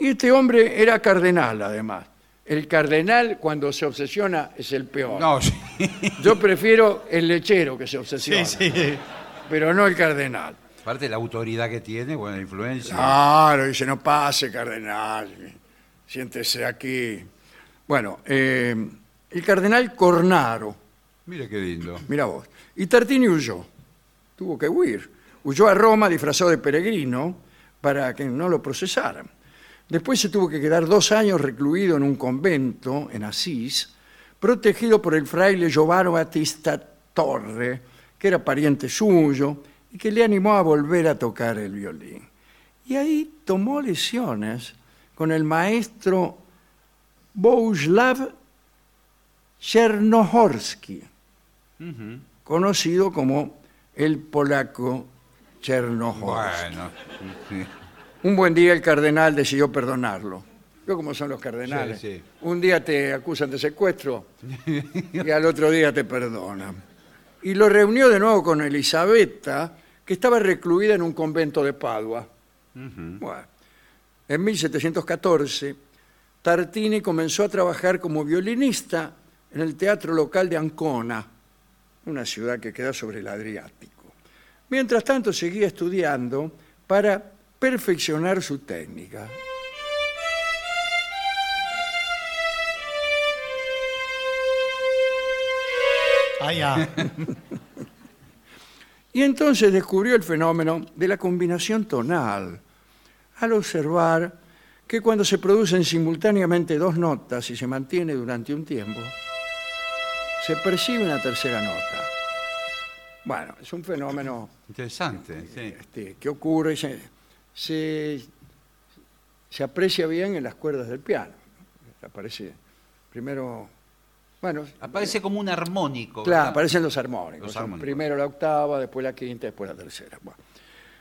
[SPEAKER 2] y este hombre era cardenal, además. El cardenal, cuando se obsesiona, es el peor.
[SPEAKER 4] No, [LAUGHS] sí.
[SPEAKER 2] Yo prefiero el lechero que se
[SPEAKER 3] Sí,
[SPEAKER 2] obsesiona,
[SPEAKER 3] sí.
[SPEAKER 2] pero no el cardenal.
[SPEAKER 4] Aparte de la autoridad que tiene, bueno, la influencia.
[SPEAKER 2] Claro, dice, no pase, cardenal, siéntese aquí. Bueno, eh, el cardenal Cornaro,
[SPEAKER 4] Mire qué lindo.
[SPEAKER 2] mira vos, y Tartini huyó, tuvo que huir. Huyó a Roma disfrazado de peregrino para que no lo procesaran. Después se tuvo que quedar dos años recluido en un convento en Asís, protegido por el fraile Giovanni Battista Torre, que era pariente suyo y que le animó a volver a tocar el violín. Y ahí tomó lesiones con el maestro Bohuslav Chernohorsky, conocido como el polaco Chernohorsky.
[SPEAKER 4] Bueno. sí.
[SPEAKER 2] Un buen día el cardenal decidió perdonarlo. Yo como son los cardenales.
[SPEAKER 4] Sí, sí.
[SPEAKER 2] Un día te acusan de secuestro y al otro día te perdonan. Y lo reunió de nuevo con Elisabetta, que estaba recluida en un convento de Padua. Bueno, en 1714, Tartini comenzó a trabajar como violinista en el teatro local de Ancona, una ciudad que queda sobre el Adriático. Mientras tanto, seguía estudiando para perfeccionar su técnica.
[SPEAKER 3] Ah, ya.
[SPEAKER 2] Y entonces descubrió el fenómeno de la combinación tonal, al observar que cuando se producen simultáneamente dos notas y se mantiene durante un tiempo, se percibe una tercera nota. Bueno, es un fenómeno
[SPEAKER 4] Interesante, sí.
[SPEAKER 2] este, que ocurre, se, se, se aprecia bien en las cuerdas del piano. Aparece primero, bueno,
[SPEAKER 4] Aparece como un armónico.
[SPEAKER 2] Claro,
[SPEAKER 4] ¿verdad?
[SPEAKER 2] aparecen los armónicos.
[SPEAKER 4] Los
[SPEAKER 2] Son
[SPEAKER 4] armónicos.
[SPEAKER 2] Primero la octava, después la quinta, después la tercera. Bueno.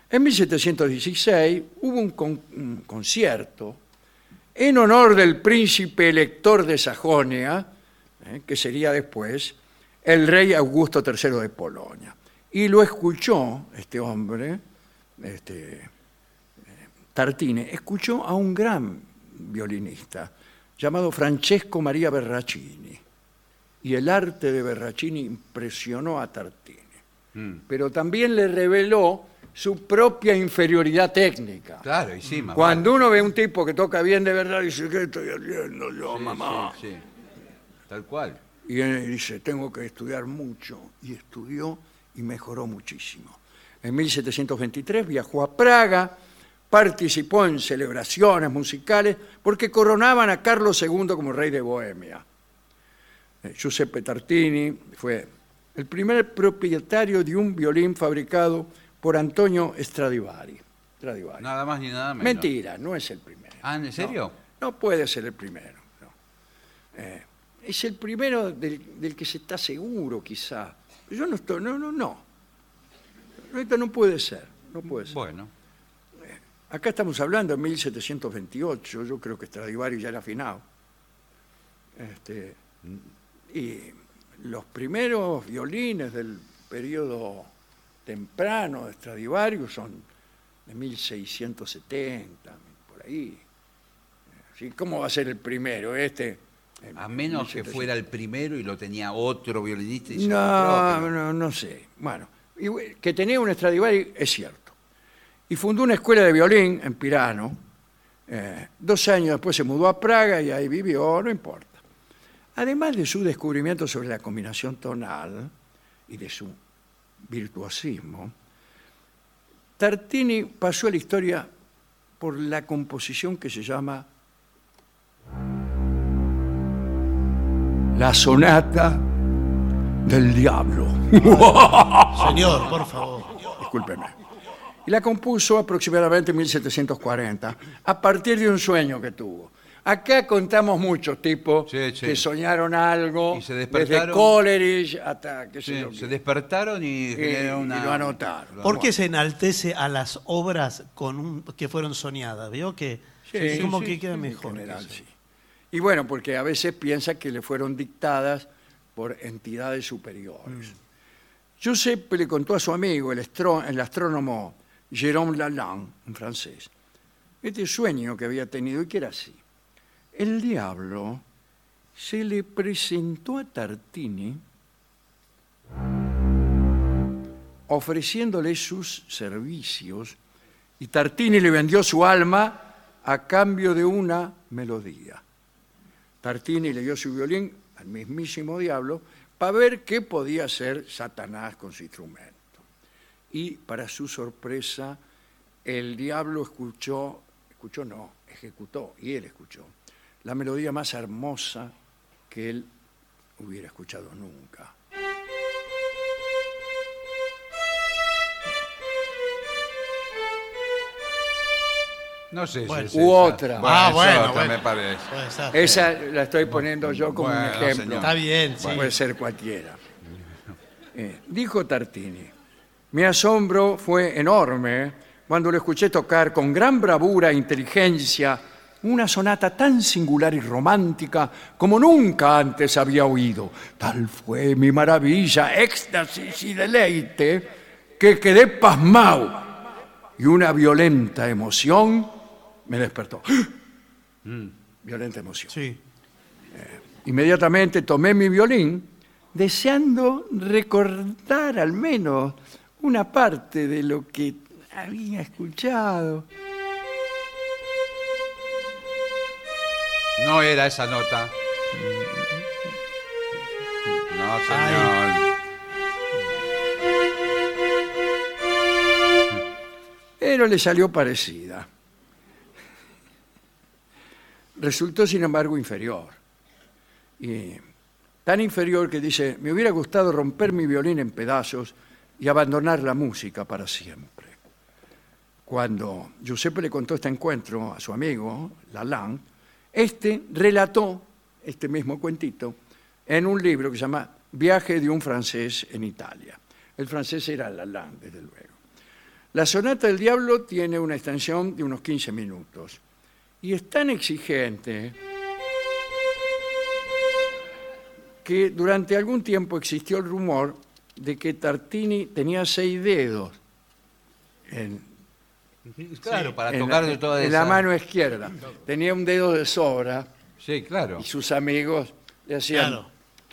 [SPEAKER 2] En 1716 hubo un, con- un concierto en honor del príncipe elector de Sajonia, eh, que sería después el rey Augusto III de Polonia. Y lo escuchó este hombre, este, eh, Tartini, escuchó a un gran violinista llamado Francesco María Berracini. Y el arte de Berracini impresionó a Tartini
[SPEAKER 4] Mm.
[SPEAKER 2] pero también le reveló su propia inferioridad técnica.
[SPEAKER 4] Claro, y sí, mamá.
[SPEAKER 2] Cuando uno ve a un tipo que toca bien de verdad, dice, ¿qué estoy haciendo yo,
[SPEAKER 4] Sí,
[SPEAKER 2] Oh, mamá?
[SPEAKER 4] sí, sí. Tal cual.
[SPEAKER 2] Y él dice, tengo que estudiar mucho. Y estudió y mejoró muchísimo. En 1723 viajó a Praga, participó en celebraciones musicales porque coronaban a Carlos II como rey de Bohemia. Eh, Giuseppe Tartini fue el primer propietario de un violín fabricado por Antonio Stradivari. Stradivari.
[SPEAKER 4] Nada más ni nada menos.
[SPEAKER 2] Mentira, no es el primero.
[SPEAKER 4] Ah, ¿en serio?
[SPEAKER 2] No, no puede ser el primero. no. Eh, es el primero del, del que se está seguro, quizá. Yo no estoy, no, no, no. No, Esto no puede ser, no puede ser.
[SPEAKER 4] Bueno.
[SPEAKER 2] Acá estamos hablando de 1728, yo creo que Stradivari ya era afinado. Este, y los primeros violines del periodo temprano de Stradivari son de 1670, por ahí. ¿Sí? ¿Cómo va a ser el primero este? en
[SPEAKER 4] A menos que
[SPEAKER 2] 1700?
[SPEAKER 4] fuera el primero y lo tenía otro violinista y se lo
[SPEAKER 2] No,
[SPEAKER 4] compró,
[SPEAKER 2] no, no sé. Bueno, y bu- que tenía un Stradivari es cierto. Y fundó una escuela de violín en Pirano. Eh, dos años después se mudó a Praga y ahí vivió, no importa. Además de su descubrimiento sobre la combinación tonal y de su virtuosismo, Tartini pasó a la historia por la composición que se llama La Sonata del Diablo.
[SPEAKER 3] Señor, por favor.
[SPEAKER 2] [LAUGHS] discúlpeme. Y la compuso aproximadamente en 1740, a partir de un sueño que tuvo. Acá contamos muchos tipos
[SPEAKER 4] Sí, sí.
[SPEAKER 2] que soñaron algo,
[SPEAKER 4] Y se
[SPEAKER 2] desde
[SPEAKER 4] despertaron.
[SPEAKER 2] Coleridge hasta qué sé
[SPEAKER 4] pero-
[SPEAKER 2] yo
[SPEAKER 4] Sí,
[SPEAKER 2] qué.
[SPEAKER 4] se despertaron y,
[SPEAKER 2] Y-
[SPEAKER 4] generaron
[SPEAKER 2] y
[SPEAKER 4] una-
[SPEAKER 2] lo anotaron.
[SPEAKER 3] ¿Por qué se enaltece a las obras con un- que fueron soñadas? ¿Vio que
[SPEAKER 2] Sí,
[SPEAKER 3] como
[SPEAKER 2] sí,
[SPEAKER 3] que queda
[SPEAKER 2] en
[SPEAKER 3] mejor?
[SPEAKER 2] general,
[SPEAKER 3] eso.
[SPEAKER 2] sí. Y bueno, porque a veces piensa que le fueron dictadas por entidades superiores.
[SPEAKER 3] Mm.
[SPEAKER 2] Giuseppe le contó a su amigo, el, astro- el astrónomo Jérôme Lalande, en francés, este sueño que había tenido y que era así. El diablo se le presentó a Tartini ofreciéndole sus servicios y Tartini le vendió su alma a cambio de una melodía. Tartini le dio su violín al mismísimo diablo para ver qué podía hacer Satanás con su instrumento. Y para su sorpresa, el diablo escuchó, escuchó no, ejecutó, y él escuchó, la melodía más hermosa que él hubiera escuchado nunca.
[SPEAKER 4] No sé. si
[SPEAKER 3] Bueno.
[SPEAKER 4] es
[SPEAKER 2] U
[SPEAKER 4] esa.
[SPEAKER 2] otra.
[SPEAKER 3] Ah,
[SPEAKER 4] es
[SPEAKER 3] bueno,
[SPEAKER 4] otra,
[SPEAKER 3] bueno.
[SPEAKER 4] me parece.
[SPEAKER 3] Puede ser.
[SPEAKER 2] Esa la estoy poniendo yo como un
[SPEAKER 4] Bueno,
[SPEAKER 2] ejemplo.
[SPEAKER 4] señor.
[SPEAKER 3] Está bien, sí.
[SPEAKER 2] Puede ser cualquiera. Eh, dijo Tartini, mi asombro fue enorme cuando lo escuché tocar con gran bravura e inteligencia una sonata tan singular y romántica como nunca antes había oído. Tal fue mi maravilla, éxtasis y deleite que quedé pasmado y una violenta emoción me despertó.
[SPEAKER 3] Mm.
[SPEAKER 2] Violenta emoción.
[SPEAKER 3] Sí.
[SPEAKER 2] Inmediatamente tomé mi violín, deseando recordar al menos una parte de lo que había escuchado.
[SPEAKER 4] No era esa nota. No, señor.
[SPEAKER 2] pero le salió parecida. Resultó, sin embargo, inferior. Y tan inferior que dice, me hubiera gustado romper mi violín en pedazos y abandonar la música para siempre. Cuando Giuseppe le contó este encuentro a su amigo, Lalán, este relató este mismo cuentito en un libro que se llama Viaje de un francés en Italia. El francés era Lalán, desde luego. La Sonata del Diablo tiene una extensión de unos 15 minutos y es tan exigente que durante algún tiempo existió el rumor de que Tartini tenía seis dedos en,
[SPEAKER 4] Claro, para
[SPEAKER 2] en
[SPEAKER 4] tocar
[SPEAKER 2] la,
[SPEAKER 4] de toda
[SPEAKER 2] en
[SPEAKER 4] esa-
[SPEAKER 2] la mano izquierda. Tenía un dedo de sobra
[SPEAKER 4] Sí, claro.
[SPEAKER 2] y sus amigos le hacían
[SPEAKER 3] Claro.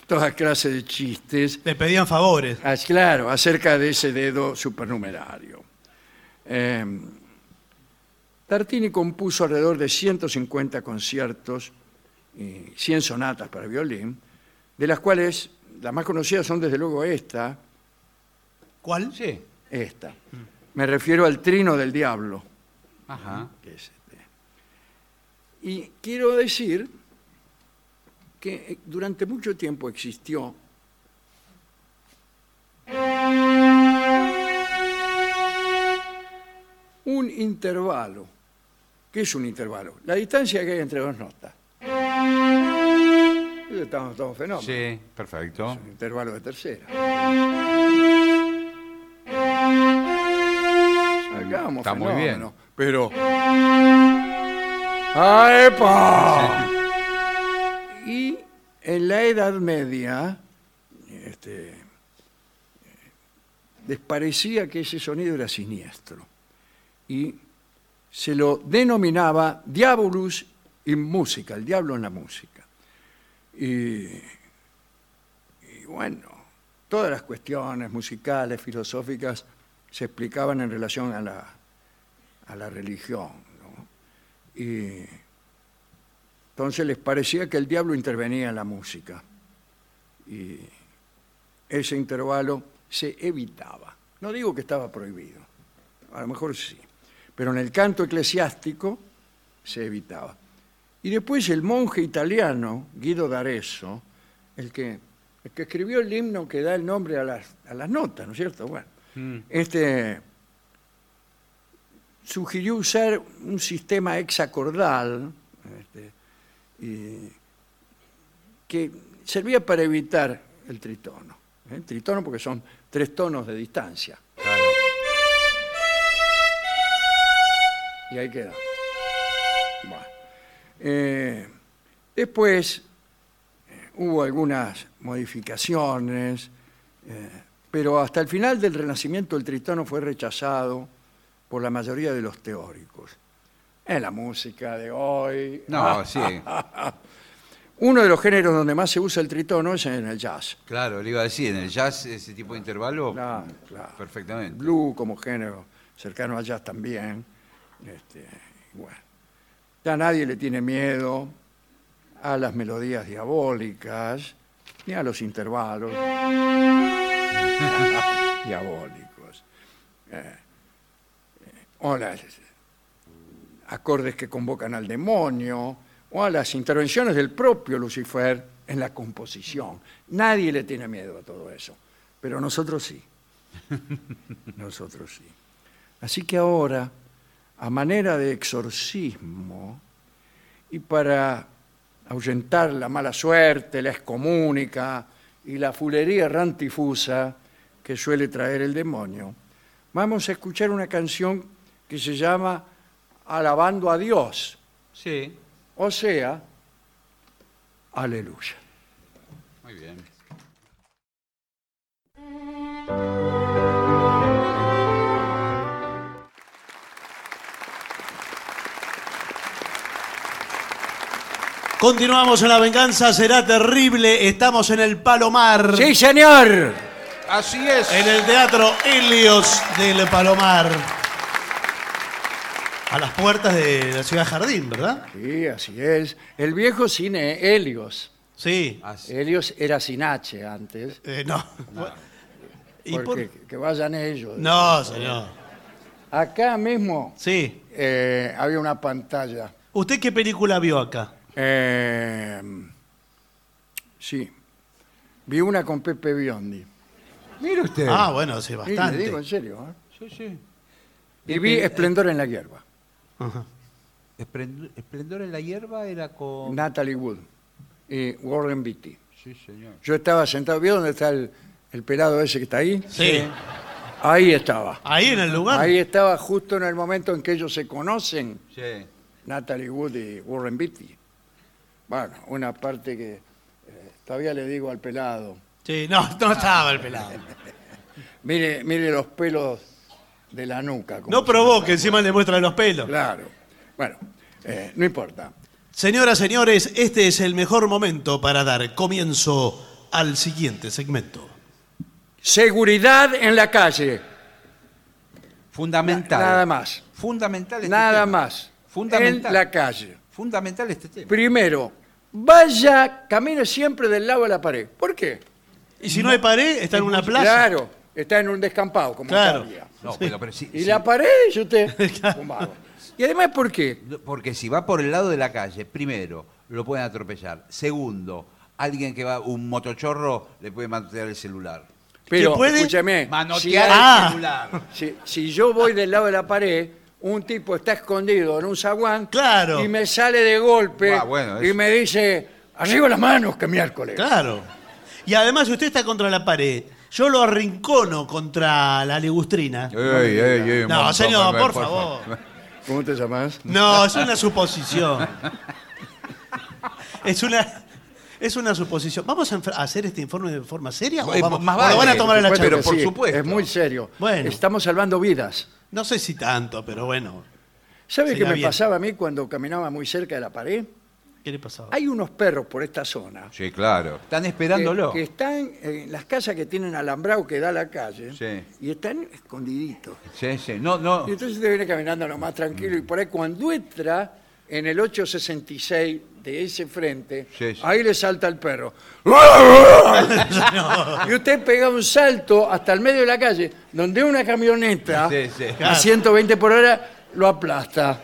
[SPEAKER 2] toda clase de chistes
[SPEAKER 3] Le pedían favores.
[SPEAKER 2] Ah, claro, acerca de ese dedo supernumerario. Eh, Tartini compuso alrededor de 150 conciertos y 100 sonatas para violín, de las cuales las más conocidas son desde luego esta,
[SPEAKER 3] ¿Cuál?
[SPEAKER 4] Sí.
[SPEAKER 2] esta. Me refiero al Trino del Diablo.
[SPEAKER 4] Ajá.
[SPEAKER 2] que es este. Y quiero decir que eh, durante mucho tiempo existió un intervalo. ¿Qué es un intervalo? La distancia que hay entre dos notas. Eso Estamos todos fenómenos.
[SPEAKER 4] Sí, perfecto.
[SPEAKER 2] Un intervalo de tercera. Sacamos
[SPEAKER 4] Está muy bien.
[SPEAKER 2] fenómeno, Pero. ¡Ah, ¡Epa! Y en la Edad Media, este, les parecía que ese sonido era siniestro. Y se lo denominaba Diabolus in Música, el diablo en la música. Y y bueno, todas las cuestiones musicales, filosóficas, se explicaban en relación a la, a la religión. ¿no? Y entonces les parecía que el diablo intervenía en la música. Y ese intervalo se evitaba. No digo que estaba prohibido, a lo mejor sí, pero en el canto eclesiástico se evitaba. Y después el monje italiano Guido d'Arezzo, el que, el que escribió el himno que da el nombre a las, a las notas, ¿no es cierto? Bueno,
[SPEAKER 4] Mm.
[SPEAKER 2] este sugirió usar un sistema hexacordal este, y- que servía para evitar el tritono. ¿eh? El tritono porque son tres tonos de distancia. Y ahí queda. Bueno. Eh, después eh, hubo algunas modificaciones, eh, pero hasta el final del Renacimiento el tritono fue rechazado por la mayoría de los teóricos. En la música de hoy.
[SPEAKER 4] No, sí.
[SPEAKER 2] [LAUGHS] Uno de los géneros donde más se usa el tritono es en el jazz.
[SPEAKER 4] Claro, le iba a decir, en el jazz ese tipo de intervalo,
[SPEAKER 2] Claro, claro. El
[SPEAKER 4] perfectamente.
[SPEAKER 2] Blue como género cercano al jazz también. Este, y bueno. Ya nadie le tiene miedo a las melodías diabólicas ni a los intervalos [LAUGHS] diabólicos. Eh, eh, o las acordes que convocan al demonio, o a las intervenciones del propio Lucifer en la composición. Nadie le tiene miedo a todo eso, pero nosotros sí. Nosotros sí. Así que ahora, a manera de exorcismo y para ahuyentar la mala suerte, la excomúnica y la fulería rantifusa que suele traer el demonio, vamos a escuchar una canción que se llama Alabando a Dios,
[SPEAKER 4] Sí,
[SPEAKER 2] o sea, aleluya.
[SPEAKER 4] muy bien.
[SPEAKER 3] Continuamos en la venganza, será terrible. Estamos en el Palomar.
[SPEAKER 2] Sí, señor.
[SPEAKER 4] Así es.
[SPEAKER 3] En el Teatro Helios del Palomar. A las puertas de la ciudad Jardín, ¿verdad?
[SPEAKER 2] Sí, así es. El viejo cine Helios.
[SPEAKER 3] Sí.
[SPEAKER 2] Ah.
[SPEAKER 4] Así-
[SPEAKER 2] Helios era sin H antes.
[SPEAKER 3] Eh, no.
[SPEAKER 2] Ah.
[SPEAKER 3] ¿Y por-
[SPEAKER 2] Porque que vayan ellos.
[SPEAKER 3] No, señor.
[SPEAKER 2] Acá mismo
[SPEAKER 3] Sí.
[SPEAKER 2] eh, había una pantalla.
[SPEAKER 3] ¿Usted qué película vio acá?
[SPEAKER 2] Eh, sí. Vi una con Pepe Biondi.
[SPEAKER 4] Mire usted.
[SPEAKER 3] Ah, bueno, sí,
[SPEAKER 2] Sí,
[SPEAKER 3] bastante. eh,
[SPEAKER 2] le digo en serio. ¿eh?
[SPEAKER 4] Sí, sí.
[SPEAKER 2] Y vi Esplendor en la hierba.
[SPEAKER 3] Ajá.
[SPEAKER 4] Esplend- Esplendor en la hierba era con.
[SPEAKER 2] Natalie Wood y Warren Beatty.
[SPEAKER 4] Sí, señor.
[SPEAKER 2] Yo estaba sentado. ¿Vio dónde está el, el pelado ese que está ahí?
[SPEAKER 3] Sí.
[SPEAKER 2] Ahí estaba.
[SPEAKER 3] Ahí en el lugar.
[SPEAKER 2] Ahí estaba justo en el momento en que ellos se conocen,
[SPEAKER 4] Sí.
[SPEAKER 2] Natalie Wood y Warren Beatty. Bueno, una parte que eh, todavía le digo al pelado.
[SPEAKER 3] Sí, no, no estaba el pelado.
[SPEAKER 2] Mire, mire los pelos de la nuca. como
[SPEAKER 3] No
[SPEAKER 2] se-
[SPEAKER 3] provoque, encima le muestra los pelos.
[SPEAKER 2] Claro. Bueno, eh, no importa.
[SPEAKER 3] Señoras, señores, este es el mejor momento para dar comienzo al siguiente segmento.
[SPEAKER 2] Seguridad en la calle.
[SPEAKER 4] Fundamental.
[SPEAKER 2] Na- nada más.
[SPEAKER 4] Fundamental este
[SPEAKER 2] Nada
[SPEAKER 4] tema.
[SPEAKER 2] más.
[SPEAKER 4] Fundamental.
[SPEAKER 2] En la calle.
[SPEAKER 4] Fundamental este tema.
[SPEAKER 2] Primero, vaya, camine siempre del lado de la pared. ¿Por qué?
[SPEAKER 3] Y si no hay pared, está en una plaza.
[SPEAKER 2] Claro, está en un descampado, como
[SPEAKER 3] Claro.
[SPEAKER 2] sabía.
[SPEAKER 4] No, pero, pero sí,
[SPEAKER 2] Y
[SPEAKER 4] sí.
[SPEAKER 2] la pared, dice
[SPEAKER 4] [LAUGHS]
[SPEAKER 2] usted, un vago. Y además, ¿por qué?
[SPEAKER 4] No, Porque si va por el lado de la calle, primero, lo pueden atropellar. Segundo, alguien que va, un motochorro, le puede manotear el celular.
[SPEAKER 2] Pero,
[SPEAKER 3] puede?
[SPEAKER 2] escúchame, Eh, si,
[SPEAKER 4] Manotear
[SPEAKER 2] hay-
[SPEAKER 3] Ah.
[SPEAKER 4] el celular.
[SPEAKER 2] si- si yo voy del lado de la pared, un tipo está escondido en un zaguán
[SPEAKER 3] Claro.
[SPEAKER 2] y me sale de golpe
[SPEAKER 4] Ah, bueno,
[SPEAKER 2] y
[SPEAKER 4] es-
[SPEAKER 2] me dice, arriba las manos que miércoles.
[SPEAKER 3] Claro. Y además, si usted está contra la pared, yo lo arrincono contra la ligustrina.
[SPEAKER 4] Ey, ey, ey, un
[SPEAKER 3] No,
[SPEAKER 4] montón,
[SPEAKER 3] señor,
[SPEAKER 4] eh,
[SPEAKER 3] por favor.
[SPEAKER 2] ¿Cómo te llamás?
[SPEAKER 3] No, es una suposición. Es una, es una suposición. ¿Vamos a enf- a hacer este informe de forma seria o,
[SPEAKER 4] Eh,
[SPEAKER 3] vamos,
[SPEAKER 4] más
[SPEAKER 3] o lo van a
[SPEAKER 4] vale,
[SPEAKER 3] tomar a la
[SPEAKER 4] supuesto,
[SPEAKER 3] charla?
[SPEAKER 4] pero por supuesto.
[SPEAKER 2] Es muy serio.
[SPEAKER 3] Bueno.
[SPEAKER 2] Estamos salvando vidas.
[SPEAKER 3] No sé si tanto, pero bueno.
[SPEAKER 2] ¿Sabe
[SPEAKER 3] Será
[SPEAKER 2] qué me
[SPEAKER 3] bien.
[SPEAKER 2] pasaba a mí cuando caminaba muy cerca de la pared?
[SPEAKER 3] ¿Qué le pasaba? [LAUGHS]
[SPEAKER 2] Hay unos perros por esta zona
[SPEAKER 4] Sí, claro. Están
[SPEAKER 2] que,
[SPEAKER 4] esperándolo.
[SPEAKER 2] que están en las casas que tienen alambrado que da a la calle
[SPEAKER 4] Sí.
[SPEAKER 2] y están escondiditos.
[SPEAKER 4] Sí, sí.
[SPEAKER 2] [LAUGHS]
[SPEAKER 4] No, no.
[SPEAKER 2] Y entonces usted viene caminando lo más tranquilo y por ahí cuando entra en el 866 de ese frente,
[SPEAKER 4] Sí, sí.
[SPEAKER 2] ahí le salta el perro. Y usted pega un salto hasta el medio de la calle, donde una camioneta
[SPEAKER 4] Sí, sí.
[SPEAKER 2] a 120 por hora lo aplasta.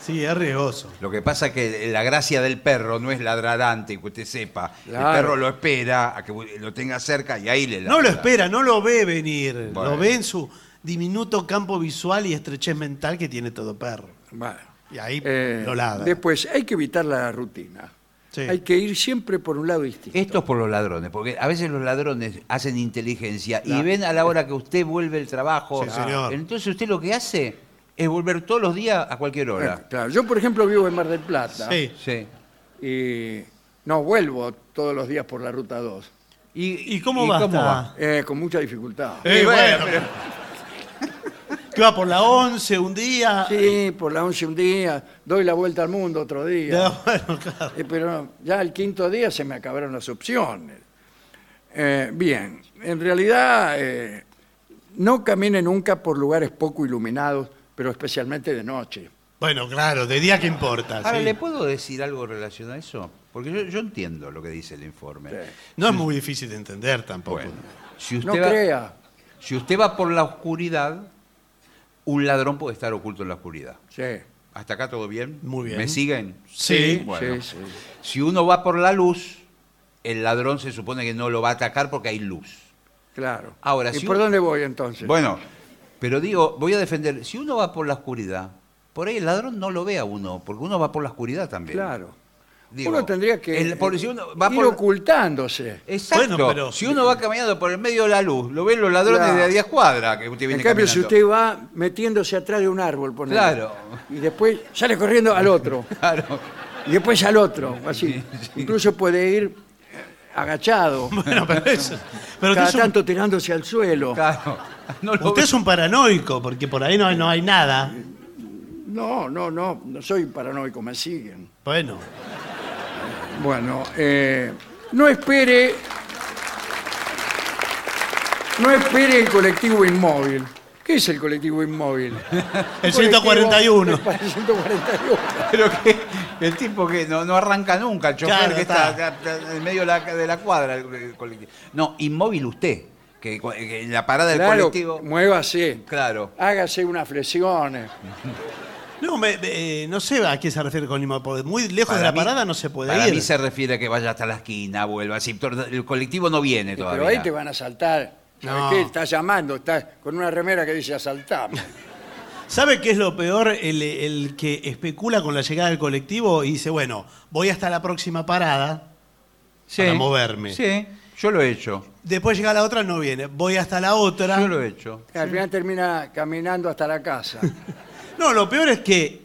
[SPEAKER 3] Sí, es riesgoso.
[SPEAKER 4] Lo que pasa es que la gracia del perro no es ladrar antes, que usted sepa.
[SPEAKER 2] Claro.
[SPEAKER 4] El perro lo espera a que lo tenga cerca y ahí le ladra.
[SPEAKER 3] No lo espera, no lo ve venir. Lo
[SPEAKER 4] Bueno.
[SPEAKER 3] ve en su diminuto campo visual y estrechez mental que tiene todo perro.
[SPEAKER 2] Bueno.
[SPEAKER 3] Y ahí
[SPEAKER 2] Eh,
[SPEAKER 3] lo ladra.
[SPEAKER 2] Después, hay que evitar la rutina.
[SPEAKER 3] Sí.
[SPEAKER 2] Hay que ir siempre por un lado distinto.
[SPEAKER 4] Esto es por los ladrones, porque a veces los ladrones hacen inteligencia y ven a la hora que usted vuelve el trabajo.
[SPEAKER 3] Sí, señor.
[SPEAKER 4] Entonces usted lo que hace es volver todos los días a cualquier
[SPEAKER 2] Eh,
[SPEAKER 4] hora.
[SPEAKER 2] claro, yo, por ejemplo, vivo en Mar del Plata
[SPEAKER 3] Sí.
[SPEAKER 4] Sí.
[SPEAKER 2] y no vuelvo todos los días por la ruta 2.
[SPEAKER 3] ¿Y cómo va?
[SPEAKER 4] va?
[SPEAKER 2] Eh, con mucha dificultad.
[SPEAKER 3] Eh,
[SPEAKER 4] Y
[SPEAKER 3] bueno,
[SPEAKER 4] bueno,
[SPEAKER 3] [LAUGHS] Que va por la 11 un día. [LAUGHS]
[SPEAKER 2] Sí, por la 11 un día, doy la vuelta al mundo otro día.
[SPEAKER 3] Ya, bueno, claro.
[SPEAKER 2] Eh, pero ya al quinto día se me acabaron las opciones. Eh, bien, en realidad eh, no camine nunca por lugares poco iluminados, pero especialmente de noche.
[SPEAKER 3] Bueno, claro, de día que importa.
[SPEAKER 2] Ah,
[SPEAKER 4] Ahora,
[SPEAKER 3] sí.
[SPEAKER 4] ¿le puedo decir algo relacionado a eso? Porque yo, yo entiendo lo que dice el informe.
[SPEAKER 2] Sí.
[SPEAKER 3] No es muy difícil de entender tampoco.
[SPEAKER 4] Bueno, si usted,
[SPEAKER 2] No
[SPEAKER 4] va,
[SPEAKER 2] crea.
[SPEAKER 4] si usted va por la oscuridad, un ladrón puede estar oculto en la oscuridad.
[SPEAKER 2] Sí.
[SPEAKER 4] ¿Hasta acá todo bien?
[SPEAKER 3] Muy bien.
[SPEAKER 4] ¿Me siguen?
[SPEAKER 3] Sí.
[SPEAKER 4] Bueno.
[SPEAKER 2] sí, sí.
[SPEAKER 4] Si uno va por la luz, el ladrón se supone que no lo va a atacar porque hay luz.
[SPEAKER 2] Claro.
[SPEAKER 4] Ahora,
[SPEAKER 2] ¿Y
[SPEAKER 4] si
[SPEAKER 2] por
[SPEAKER 4] un-
[SPEAKER 2] dónde voy entonces?
[SPEAKER 4] Bueno, pero digo, voy a defender, si uno va por la oscuridad, por ahí el ladrón no lo ve a uno, porque uno va por la oscuridad también.
[SPEAKER 2] claro.
[SPEAKER 4] Digo,
[SPEAKER 2] uno tendría que eh,
[SPEAKER 4] el- por- si uno va
[SPEAKER 2] ir
[SPEAKER 4] por-
[SPEAKER 2] ocultándose.
[SPEAKER 4] Exacto.
[SPEAKER 3] Bueno, pero-
[SPEAKER 4] si uno va caminando por el medio de la luz, lo ven los ladrones
[SPEAKER 2] Claro.
[SPEAKER 4] de a 10 cuadras que usted
[SPEAKER 2] En
[SPEAKER 4] viene
[SPEAKER 2] cambio, si
[SPEAKER 4] caminando.
[SPEAKER 2] usted va metiéndose atrás de un árbol, ponele,
[SPEAKER 4] Claro.
[SPEAKER 2] y después sale corriendo al otro,
[SPEAKER 4] Claro.
[SPEAKER 2] y después al otro,
[SPEAKER 4] [LAUGHS]
[SPEAKER 2] así. Incluso puede ir agachado,
[SPEAKER 3] [LAUGHS] Bueno, pero eso. Pero usted
[SPEAKER 2] cada
[SPEAKER 3] es, un,
[SPEAKER 2] tanto tirándose al suelo.
[SPEAKER 4] Claro. No lo
[SPEAKER 3] usted
[SPEAKER 4] ve.
[SPEAKER 3] es un paranoico, porque por ahí no, hay- no hay nada.
[SPEAKER 2] No, no, no, no soy paranoico, me siguen.
[SPEAKER 3] Bueno,
[SPEAKER 2] Bueno, eh, no espere. No espere el colectivo inmóvil. ¿Qué es el colectivo
[SPEAKER 4] [LAUGHS]
[SPEAKER 2] inmóvil?
[SPEAKER 3] el
[SPEAKER 2] Colectivo-
[SPEAKER 3] 141.
[SPEAKER 2] El 141.
[SPEAKER 4] Pero que el tipo que no, no arranca nunca, el chofer
[SPEAKER 3] Claro,
[SPEAKER 4] que está,
[SPEAKER 3] está.
[SPEAKER 4] acá, está en el medio de la, de la cuadra. el- el colectivo. No, inmóvil usted, que, cu- que en la parada del
[SPEAKER 2] Claro,
[SPEAKER 4] colectivo.
[SPEAKER 2] muévase.
[SPEAKER 4] Claro.
[SPEAKER 2] Hágase eh, unas flexiones.
[SPEAKER 3] No, me- me- eh, no sé a qué se refiere con inmóvil. Muy lejos de
[SPEAKER 4] Para
[SPEAKER 3] la
[SPEAKER 4] mí-
[SPEAKER 3] parada no se puede
[SPEAKER 4] para
[SPEAKER 3] ir.
[SPEAKER 4] mí se refiere a que vaya hasta la esquina, vuelva. Si to- el colectivo no viene todavía.
[SPEAKER 2] Pero ahí te van a saltar. ¿Sabes
[SPEAKER 3] No.
[SPEAKER 2] qué? Estás llamando, estás con una remera que dice
[SPEAKER 3] [LAUGHS]
[SPEAKER 2] asaltame.
[SPEAKER 3] ¿Sabe qué es lo peor? El, el que especula con la llegada del colectivo y dice, bueno, voy hasta la próxima parada.
[SPEAKER 4] Sí,
[SPEAKER 3] para moverme.
[SPEAKER 4] Sí, yo lo he hecho.
[SPEAKER 3] Después llega la otra, no viene. Voy hasta la otra.
[SPEAKER 4] Yo lo he hecho.
[SPEAKER 2] Al final termina caminando hasta la
[SPEAKER 3] [LAUGHS]
[SPEAKER 2] casa.
[SPEAKER 3] No, lo peor es que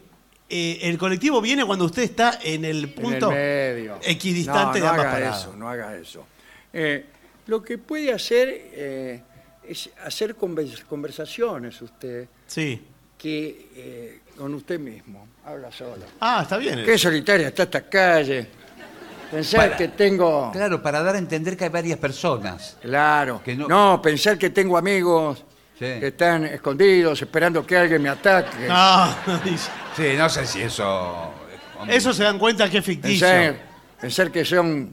[SPEAKER 3] eh, el colectivo viene cuando usted está en el punto
[SPEAKER 2] en el medio.
[SPEAKER 3] equidistante
[SPEAKER 2] no,
[SPEAKER 3] de
[SPEAKER 2] no
[SPEAKER 3] ambas
[SPEAKER 2] haga
[SPEAKER 3] paradas.
[SPEAKER 2] eso, no haga eso. Eh, lo que puede hacer eh, es hacer convers- conversaciones usted
[SPEAKER 3] Sí.
[SPEAKER 2] que eh, con usted mismo. Habla solo.
[SPEAKER 3] Ah, está bien.
[SPEAKER 2] Qué solitaria está esta calle. Pensar que tengo...
[SPEAKER 4] Claro, para dar a entender que hay varias personas.
[SPEAKER 2] Claro.
[SPEAKER 4] Que
[SPEAKER 2] no...
[SPEAKER 4] no-
[SPEAKER 2] pensar que tengo amigos
[SPEAKER 4] Sí.
[SPEAKER 2] que están escondidos esperando que alguien me ataque.
[SPEAKER 3] No, no Ah, [LAUGHS] dice.
[SPEAKER 4] Sí, no sé si eso.
[SPEAKER 3] Eso se dan cuenta que es ficticio.
[SPEAKER 2] Pensar, pensar que son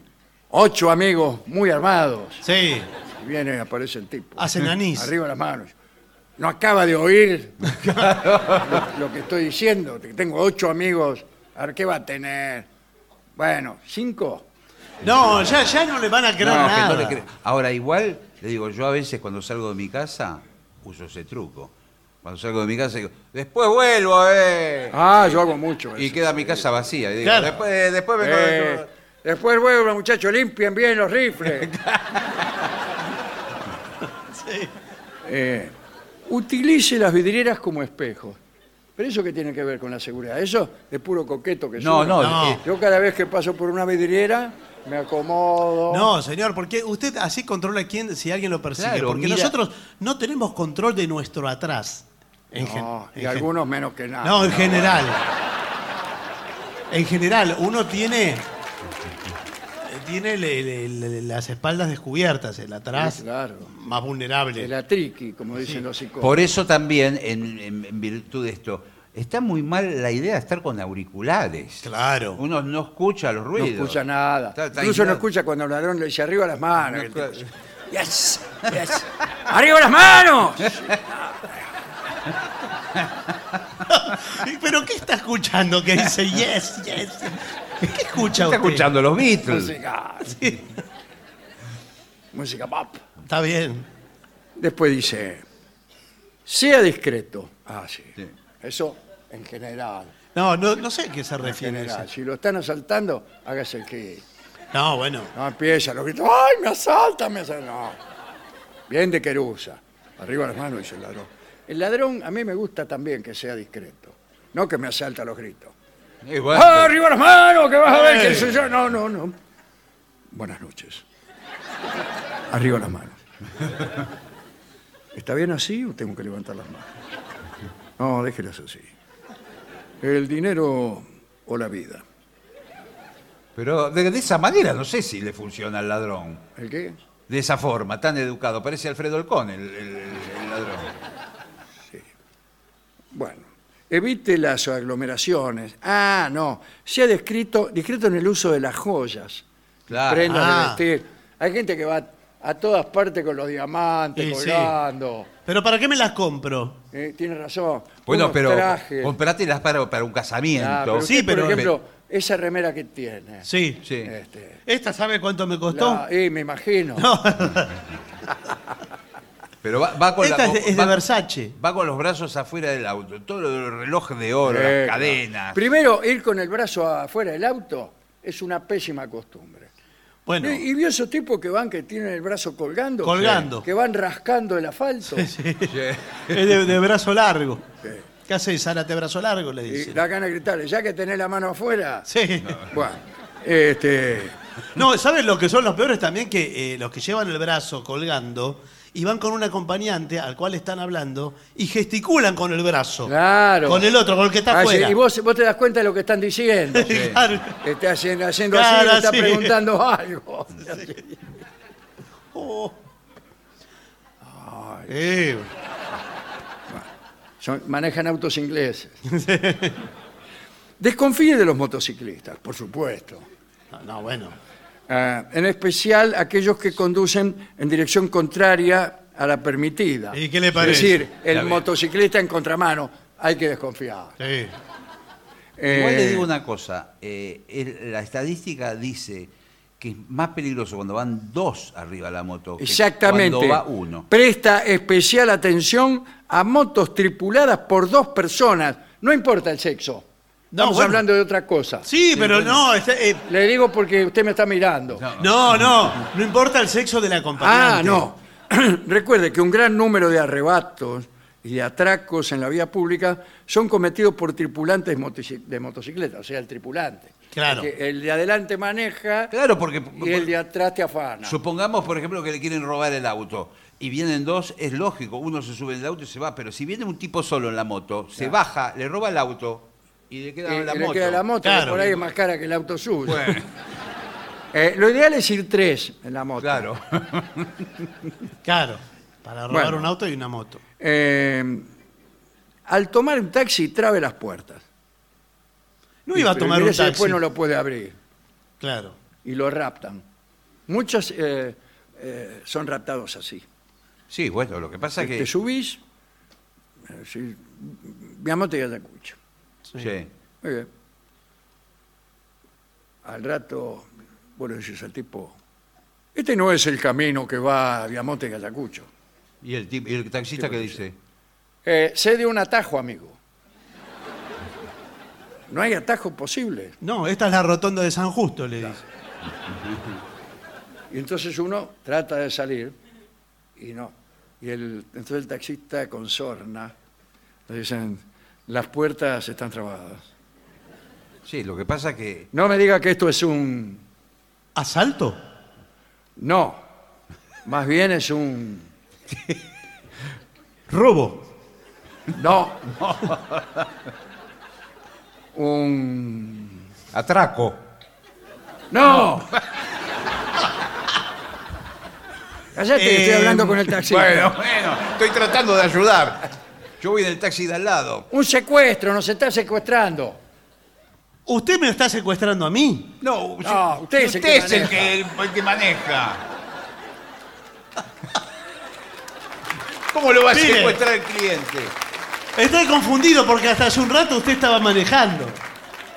[SPEAKER 2] ocho amigos muy armados.
[SPEAKER 3] Sí.
[SPEAKER 2] Y viene, aparece el tipo.
[SPEAKER 3] Hacen anís.
[SPEAKER 2] Arriba las manos. No acaba de
[SPEAKER 4] [LAUGHS]
[SPEAKER 2] oír lo, lo que estoy diciendo. que Tengo ocho amigos. A ver, ¿qué va a tener? Bueno, cinco.
[SPEAKER 3] No, ya, ya no le van a creer
[SPEAKER 4] No, que
[SPEAKER 3] nada.
[SPEAKER 4] no le creo. Ahora, igual, le digo, yo a veces cuando salgo de mi casa uso ese truco. Cuando salgo de mi casa digo, después vuelvo, eh.
[SPEAKER 2] Ah, yo hago mucho.
[SPEAKER 4] y
[SPEAKER 2] eso.
[SPEAKER 4] queda mi casa vacía. Y digo,
[SPEAKER 3] Claro.
[SPEAKER 4] después, después vengo.
[SPEAKER 2] Eh, después vuelvo, muchachos, limpien bien los
[SPEAKER 4] [LAUGHS]
[SPEAKER 2] rifles.
[SPEAKER 3] Sí.
[SPEAKER 2] Eh, utilice las vidrieras como espejos. Pero eso que tiene que ver con la seguridad, eso es puro coqueto que
[SPEAKER 4] No,
[SPEAKER 2] soy.
[SPEAKER 4] no,
[SPEAKER 3] No.
[SPEAKER 4] eh,
[SPEAKER 2] Yo cada vez que paso por una vidriera me acomodo.
[SPEAKER 3] No, señor, porque usted así controla quién, si alguien lo persigue.
[SPEAKER 4] Claro,
[SPEAKER 3] porque
[SPEAKER 4] mira-
[SPEAKER 3] nosotros no tenemos control de nuestro atrás. En gen-
[SPEAKER 2] No,
[SPEAKER 3] en
[SPEAKER 2] y
[SPEAKER 3] gen-
[SPEAKER 2] algunos menos que nada.
[SPEAKER 3] No, en general. En general, uno tiene. Tiene le- le- le- las espaldas descubiertas, el atrás
[SPEAKER 2] Sí, claro.
[SPEAKER 3] más vulnerable.
[SPEAKER 2] El atriqui, como dicen los psicólogos.
[SPEAKER 4] por eso también, en, en- en virtud de esto, está muy mal la idea de estar con auriculares.
[SPEAKER 3] Claro.
[SPEAKER 4] Uno no escucha los
[SPEAKER 2] No
[SPEAKER 4] ruidos.
[SPEAKER 2] escucha nada.
[SPEAKER 4] Está- está
[SPEAKER 2] Incluso no
[SPEAKER 4] aislado.
[SPEAKER 2] escucha cuando el ladrón le dice arriba las manos.
[SPEAKER 4] No,
[SPEAKER 2] El tipo
[SPEAKER 4] [LAUGHS] claro.
[SPEAKER 2] dice, "Yes, yes, ¡Arriba las
[SPEAKER 4] [LAUGHS]
[SPEAKER 2] manos!
[SPEAKER 3] ¿Pero qué está escuchando
[SPEAKER 2] [LAUGHS]
[SPEAKER 3] que dice yes, yes? ¿Qué escucha
[SPEAKER 4] Está
[SPEAKER 3] usted?
[SPEAKER 4] escuchando los Beatles.
[SPEAKER 2] Música. Música pop.
[SPEAKER 3] Está bien.
[SPEAKER 2] Después dice, sea discreto. Ah, sí.
[SPEAKER 4] Sí.
[SPEAKER 2] Eso en general.
[SPEAKER 3] No, no, no sé a qué se
[SPEAKER 2] En
[SPEAKER 3] refiere.
[SPEAKER 2] general.
[SPEAKER 3] ese.
[SPEAKER 2] Si lo están asaltando, hágase el que.
[SPEAKER 3] No, bueno.
[SPEAKER 2] No empieza, los gritos, ¡ay, me asalta, me asalta! No. Bien de querusa. Arriba las manos, dice el ladrón. El ladrón a mí me gusta también que sea discreto. No que me asalta a los gritos.
[SPEAKER 4] Eh, bueno,
[SPEAKER 2] ¡Ah, arriba las manos! ¡Que vas a ver
[SPEAKER 3] Eh.
[SPEAKER 2] que soy yo! No, no, no. Buenas noches. Arriba las manos. ¿Está bien así o tengo que levantar las manos? No, déjelas así. El dinero o la vida.
[SPEAKER 4] Pero de, de esa manera no sé si le funciona al ladrón.
[SPEAKER 2] ¿El qué?
[SPEAKER 4] De esa forma, tan educado. Parece Alfredo Alcón, el, el- el ladrón.
[SPEAKER 2] Bueno, evite las aglomeraciones. Ah, no. Sea discreto, discreto en el uso de las joyas.
[SPEAKER 4] Claro.
[SPEAKER 2] Prendas
[SPEAKER 3] Ah.
[SPEAKER 2] de vestir. Hay gente que va a todas partes con los diamantes,
[SPEAKER 3] Y sí.
[SPEAKER 2] colgando.
[SPEAKER 3] ¿Pero para qué me las compro?
[SPEAKER 2] Eh, tiene razón.
[SPEAKER 4] Bueno,
[SPEAKER 2] Unos
[SPEAKER 4] pero
[SPEAKER 2] trajes.
[SPEAKER 4] comprátelas para, para un casamiento.
[SPEAKER 2] Ah, pero
[SPEAKER 3] Sí,
[SPEAKER 2] usted,
[SPEAKER 3] pero-
[SPEAKER 2] Por ejemplo, esa remera que tiene.
[SPEAKER 3] Sí.
[SPEAKER 4] Sí.
[SPEAKER 2] Este,
[SPEAKER 3] ¿Esta sabe cuánto me costó?
[SPEAKER 2] la- eh, me imagino.
[SPEAKER 3] [LAUGHS] No.
[SPEAKER 4] Pero va, va con la-
[SPEAKER 3] Esta es de, es de
[SPEAKER 4] va-
[SPEAKER 3] Versace.
[SPEAKER 4] va con los brazos afuera del auto. Todo lo del reloj de oro,
[SPEAKER 2] Eh,
[SPEAKER 4] las cadenas.
[SPEAKER 2] Primero, ir con el brazo afuera del auto es una pésima costumbre. [LAUGHS]
[SPEAKER 3] Bueno,
[SPEAKER 2] Y, y vio esos tipos que van, que tienen el brazo colgando.
[SPEAKER 3] Colgando.
[SPEAKER 2] Que van rascando el
[SPEAKER 3] [LAUGHS]
[SPEAKER 2] asfalto.
[SPEAKER 3] es de, de brazo largo. ¿Qué haces, Zárate brazo largo? Le
[SPEAKER 2] Y
[SPEAKER 3] dicen.
[SPEAKER 2] la gana de gritarle, ya que tenés la mano afuera.
[SPEAKER 3] Sí.
[SPEAKER 2] Bueno, este,
[SPEAKER 3] No, ¿saben lo que son los peores también? Que eh, los que llevan el brazo colgando y van con un acompañante al cual están hablando y gesticulan con el brazo.
[SPEAKER 2] claro.
[SPEAKER 3] Con el otro, con el que está
[SPEAKER 2] Ah, sí,
[SPEAKER 3] afuera.
[SPEAKER 2] y
[SPEAKER 3] [LAUGHS]
[SPEAKER 2] vos, vos te das cuenta de lo que están diciendo.
[SPEAKER 3] Claro.
[SPEAKER 2] Está haciendo, haciendo así,
[SPEAKER 3] Claro,
[SPEAKER 2] le está
[SPEAKER 3] sí.
[SPEAKER 2] preguntando
[SPEAKER 3] [LAUGHS]
[SPEAKER 2] algo.
[SPEAKER 3] Oh. Eh,
[SPEAKER 2] Son- manejan autos
[SPEAKER 3] [LAUGHS]
[SPEAKER 2] ingleses. Desconfíe de los motociclistas, por supuesto.
[SPEAKER 3] no, no, bueno.
[SPEAKER 2] Eh, en especial aquellos que conducen en dirección contraria a la permitida.
[SPEAKER 3] ¿Y qué le parece?
[SPEAKER 2] Es decir, el
[SPEAKER 4] Está bien.
[SPEAKER 2] motociclista en contramano, hay que desconfiar.
[SPEAKER 3] Sí.
[SPEAKER 4] Igual
[SPEAKER 2] Eh,
[SPEAKER 4] le digo una cosa. eh, el- la estadística dice que es más peligroso cuando van dos arriba de la moto que
[SPEAKER 2] Exactamente.
[SPEAKER 4] cuando va uno.
[SPEAKER 2] Presta especial atención a motos tripuladas por dos personas, no importa el sexo. Estamos
[SPEAKER 3] bueno.
[SPEAKER 2] hablando de otra cosa.
[SPEAKER 3] Sí, pero no. está- eh,
[SPEAKER 2] Le digo porque usted me está mirando.
[SPEAKER 3] no, no. No importa el sexo del
[SPEAKER 2] Ah,
[SPEAKER 3] acompañante.
[SPEAKER 2] no. [CLEARS THROAT] Recuerde que un gran número de arrebatos y de atracos en la vía pública son cometidos por tripulantes motoci- de motocicleta, o sea, el tripulante.
[SPEAKER 3] Claro.
[SPEAKER 2] Que el de adelante maneja
[SPEAKER 4] Claro, porque
[SPEAKER 2] y el de atrás te afana.
[SPEAKER 4] supongamos, por ejemplo, que le quieren robar el auto y vienen dos, es lógico, uno se sube en el auto y se va, pero si viene un tipo solo en la moto, se baja, le roba el auto y le queda
[SPEAKER 2] Y-
[SPEAKER 4] la
[SPEAKER 2] Eh, y le
[SPEAKER 4] moto.
[SPEAKER 2] queda la moto, que
[SPEAKER 3] Claro.
[SPEAKER 2] por ahí es más cara que el auto suyo.
[SPEAKER 4] Bueno,
[SPEAKER 2] [LAUGHS] Eh, lo ideal es ir tres en la moto.
[SPEAKER 4] claro. [LAUGHS]
[SPEAKER 3] Claro. Para robar
[SPEAKER 2] Bueno.
[SPEAKER 3] un auto y una moto.
[SPEAKER 2] Eh, al tomar un taxi, trabe las puertas.
[SPEAKER 3] No iba a tomar
[SPEAKER 2] Pero
[SPEAKER 3] un
[SPEAKER 2] mire si
[SPEAKER 3] taxi.
[SPEAKER 2] después no lo puede abrir.
[SPEAKER 3] Claro.
[SPEAKER 2] y lo raptan. Muchas eh, eh, son raptados así.
[SPEAKER 4] Sí, bueno, lo que pasa es
[SPEAKER 2] Te
[SPEAKER 4] que...
[SPEAKER 2] subís, eh, sí, mi amor te la cucha.
[SPEAKER 4] Sí.
[SPEAKER 2] Muy bien. Al rato, vos le decís al tipo, este no es el camino que va a Viamonte y Gallacucho.
[SPEAKER 4] ¿Y el, tip- y el taxista que dice?
[SPEAKER 2] Eh, sé de un atajo, amigo. No hay atajos posibles.
[SPEAKER 3] No, esta es la rotonda de San Justo, le dice.
[SPEAKER 2] Y entonces uno trata de salir y no. Y el, entonces el taxista con sorna le dicen, las puertas están trabadas.
[SPEAKER 4] Sí, lo que pasa es que...
[SPEAKER 2] No me diga que esto es un...
[SPEAKER 3] ¿Asalto?
[SPEAKER 2] No, más bien es un...
[SPEAKER 3] Robo.
[SPEAKER 2] No. [LAUGHS] un...
[SPEAKER 4] Atraco.
[SPEAKER 2] No. Cállate, estoy
[SPEAKER 3] Eh,
[SPEAKER 2] hablando con el taxista.
[SPEAKER 4] Em, Bueno, bueno, estoy tratando de ayudar. Yo voy del taxi de al lado.
[SPEAKER 2] Un secuestro, nos está secuestrando.
[SPEAKER 3] ¿Usted me está secuestrando a mí?
[SPEAKER 4] No,
[SPEAKER 2] No, usted es el que
[SPEAKER 4] el que- el que maneja. ¿Cómo lo va a
[SPEAKER 3] Mire.
[SPEAKER 4] secuestrar el cliente?
[SPEAKER 3] Estoy confundido porque hasta hace un rato usted estaba manejando.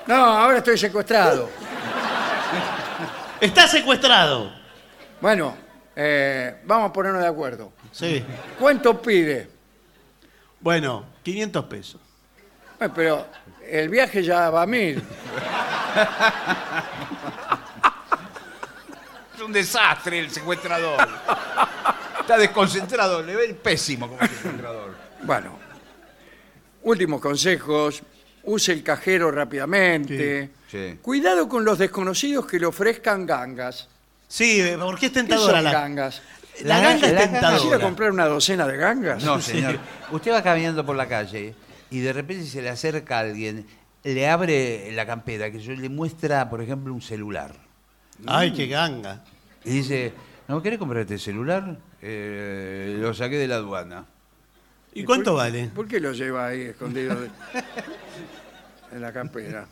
[SPEAKER 2] No, ahora estoy secuestrado.
[SPEAKER 3] Está secuestrado.
[SPEAKER 2] Bueno, eh, vamos a ponernos de acuerdo.
[SPEAKER 3] Sí.
[SPEAKER 2] ¿Cuánto pide?
[SPEAKER 3] Bueno, 500 pesos.
[SPEAKER 2] Eh, pero el viaje ya va a mil.
[SPEAKER 4] Es un desastre el secuestrador. Está desconcentrado, le ve el pésimo como secuestrador.
[SPEAKER 2] Bueno, últimos consejos. Use el cajero rápidamente.
[SPEAKER 4] Sí, sí.
[SPEAKER 2] Cuidado con los desconocidos que le ofrezcan gangas.
[SPEAKER 3] Sí, eh, porque es
[SPEAKER 2] ¿Qué son
[SPEAKER 3] tentadora la
[SPEAKER 2] gangas?
[SPEAKER 3] La ganga es
[SPEAKER 4] La ganga-
[SPEAKER 2] ¿Quisiera
[SPEAKER 3] tentadora.
[SPEAKER 2] comprar una docena de gangas?
[SPEAKER 4] No, señor. Usted va caminando por la calle y de repente se le acerca alguien, le abre la campera, que yo le muestra, por ejemplo, un celular.
[SPEAKER 3] Ay, qué ganga.
[SPEAKER 4] Y dice, ¿no querés comprar este celular? Eh, lo saqué de la aduana.
[SPEAKER 3] ¿Y cuánto vale?
[SPEAKER 2] ¿Por qué lo lleva ahí escondido de- en la campera?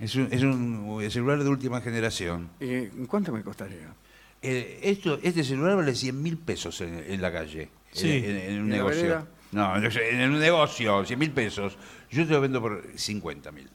[SPEAKER 4] Es un, es un celular de última generación.
[SPEAKER 2] ¿Y cuánto me costaría?
[SPEAKER 4] Eh, esto, este celular vale 100 mil pesos en, en la calle,
[SPEAKER 3] Sí.
[SPEAKER 4] en, en- en un
[SPEAKER 2] ¿Y la vereda?
[SPEAKER 4] negocio. No, no sé, en un negocio, 100 mil pesos. Yo te lo vendo por 50 mil.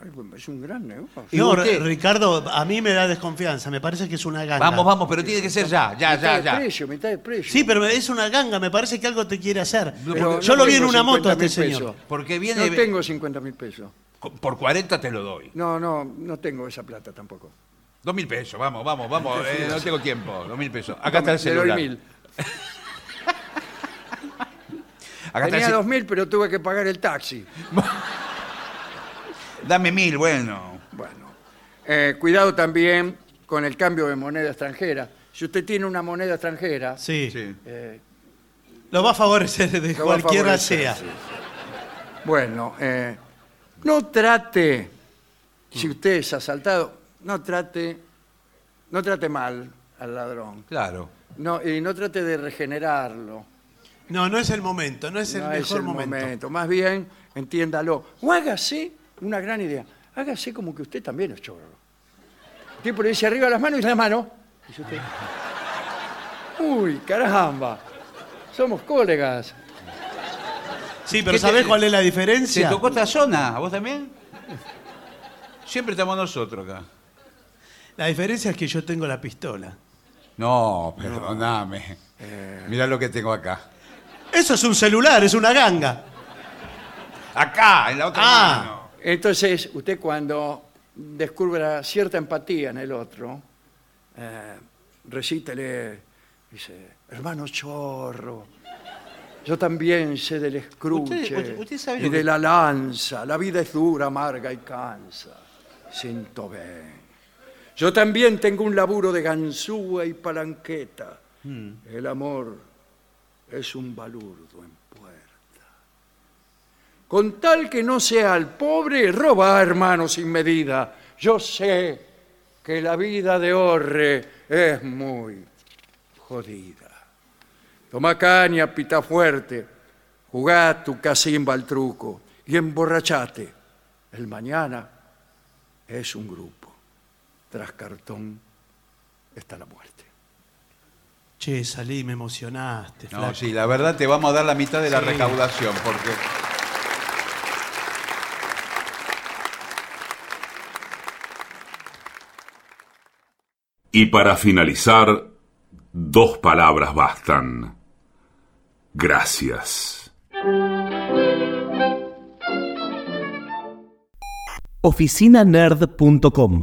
[SPEAKER 2] Ay, pues, Es un gran negocio.
[SPEAKER 4] ¿Y
[SPEAKER 3] No,
[SPEAKER 4] usted?
[SPEAKER 3] Ri- Ricardo, a mí me da desconfianza. Me parece que es una ganga.
[SPEAKER 4] Vamos, vamos, pero tiene que ser ya, ya,
[SPEAKER 2] mitad
[SPEAKER 4] ya,
[SPEAKER 2] de
[SPEAKER 4] ya.
[SPEAKER 2] precio, mitad de precio.
[SPEAKER 3] Sí, pero es una ganga. Me parece que algo te quiere hacer.
[SPEAKER 2] Pero
[SPEAKER 3] Yo
[SPEAKER 2] no
[SPEAKER 3] lo vi en
[SPEAKER 2] tengo
[SPEAKER 3] una moto a
[SPEAKER 2] 50.000
[SPEAKER 3] este señor.
[SPEAKER 2] pesos.
[SPEAKER 4] Porque viene.
[SPEAKER 2] No tengo 50 mil pesos.
[SPEAKER 4] co- Por 40 te lo doy.
[SPEAKER 2] No, no, no tengo esa plata tampoco.
[SPEAKER 4] 2 mil pesos, vamos, vamos, vamos. eh, no tengo tiempo, 2 mil pesos. Acá está el
[SPEAKER 2] Le doy
[SPEAKER 4] celular.
[SPEAKER 2] mil.
[SPEAKER 4] Acá está el
[SPEAKER 2] Tenía
[SPEAKER 4] ce-
[SPEAKER 2] dos mil, pero tuve que pagar el taxi.
[SPEAKER 4] Dame mil, bueno.
[SPEAKER 2] Bueno, eh, cuidado también con el cambio de moneda extranjera. Si usted tiene una moneda extranjera,
[SPEAKER 3] Sí.
[SPEAKER 4] Sí.
[SPEAKER 2] eh,
[SPEAKER 3] Lo va a favorecer de
[SPEAKER 2] lo va a
[SPEAKER 3] cualquiera
[SPEAKER 2] favorecer,
[SPEAKER 3] sea.
[SPEAKER 2] sí. Bueno, eh, no trate,
[SPEAKER 4] Mm.
[SPEAKER 2] si usted es asaltado, no trate, no trate mal al ladrón.
[SPEAKER 4] Claro.
[SPEAKER 2] No, y no trate de regenerarlo.
[SPEAKER 3] No, no es el momento. No es el
[SPEAKER 2] no
[SPEAKER 3] mejor
[SPEAKER 2] es el
[SPEAKER 3] momento.
[SPEAKER 2] momento. Más bien, entiéndalo. O hágase una gran idea. Hágase como que usted también es chorro. El tipo le dice arriba las manos y la mano. Y usted- Uy, caramba. Somos colegas.
[SPEAKER 3] Sí,
[SPEAKER 4] ¿Qué
[SPEAKER 3] pero
[SPEAKER 4] te-
[SPEAKER 3] ¿sabés cuál es la
[SPEAKER 4] ¿Se
[SPEAKER 3] diferencia?
[SPEAKER 4] tocó esta zona? ¿A vos también? Siempre estamos nosotros acá.
[SPEAKER 3] La diferencia es que yo tengo la pistola.
[SPEAKER 4] No, perdóname. Mirá lo que tengo acá.
[SPEAKER 3] Eso es un celular, es una ganga.
[SPEAKER 4] Acá, en la otra
[SPEAKER 3] Ah.
[SPEAKER 4] mano.
[SPEAKER 2] Entonces, usted cuando descubra cierta empatía en el otro, eh, recítele, dice, hermano chorro, yo también sé del escruche
[SPEAKER 3] Usted- usted sabe
[SPEAKER 2] y
[SPEAKER 3] lo que-
[SPEAKER 2] de la lanza, la vida es dura, amarga y cansa, siento bien. Yo también tengo un laburo de ganzúa y palanqueta.
[SPEAKER 3] Hmm.
[SPEAKER 2] El amor es un balurdo en puerta. Con tal que no sea al pobre, roba, hermano, sin medida. Yo sé que la vida de Orre es muy jodida. Toma caña, pita fuerte, jugá tu casimba al truco y emborrachate. El mañana es un grupo. Tras cartón está la muerte.
[SPEAKER 3] Che, salí, me emocionaste.
[SPEAKER 4] No,
[SPEAKER 3] flaco.
[SPEAKER 4] sí, la verdad te vamos a dar la mitad de la
[SPEAKER 3] Sí.
[SPEAKER 4] recaudación, porque
[SPEAKER 6] Y para finalizar, dos palabras bastan. Gracias.
[SPEAKER 7] oficinanerd.com.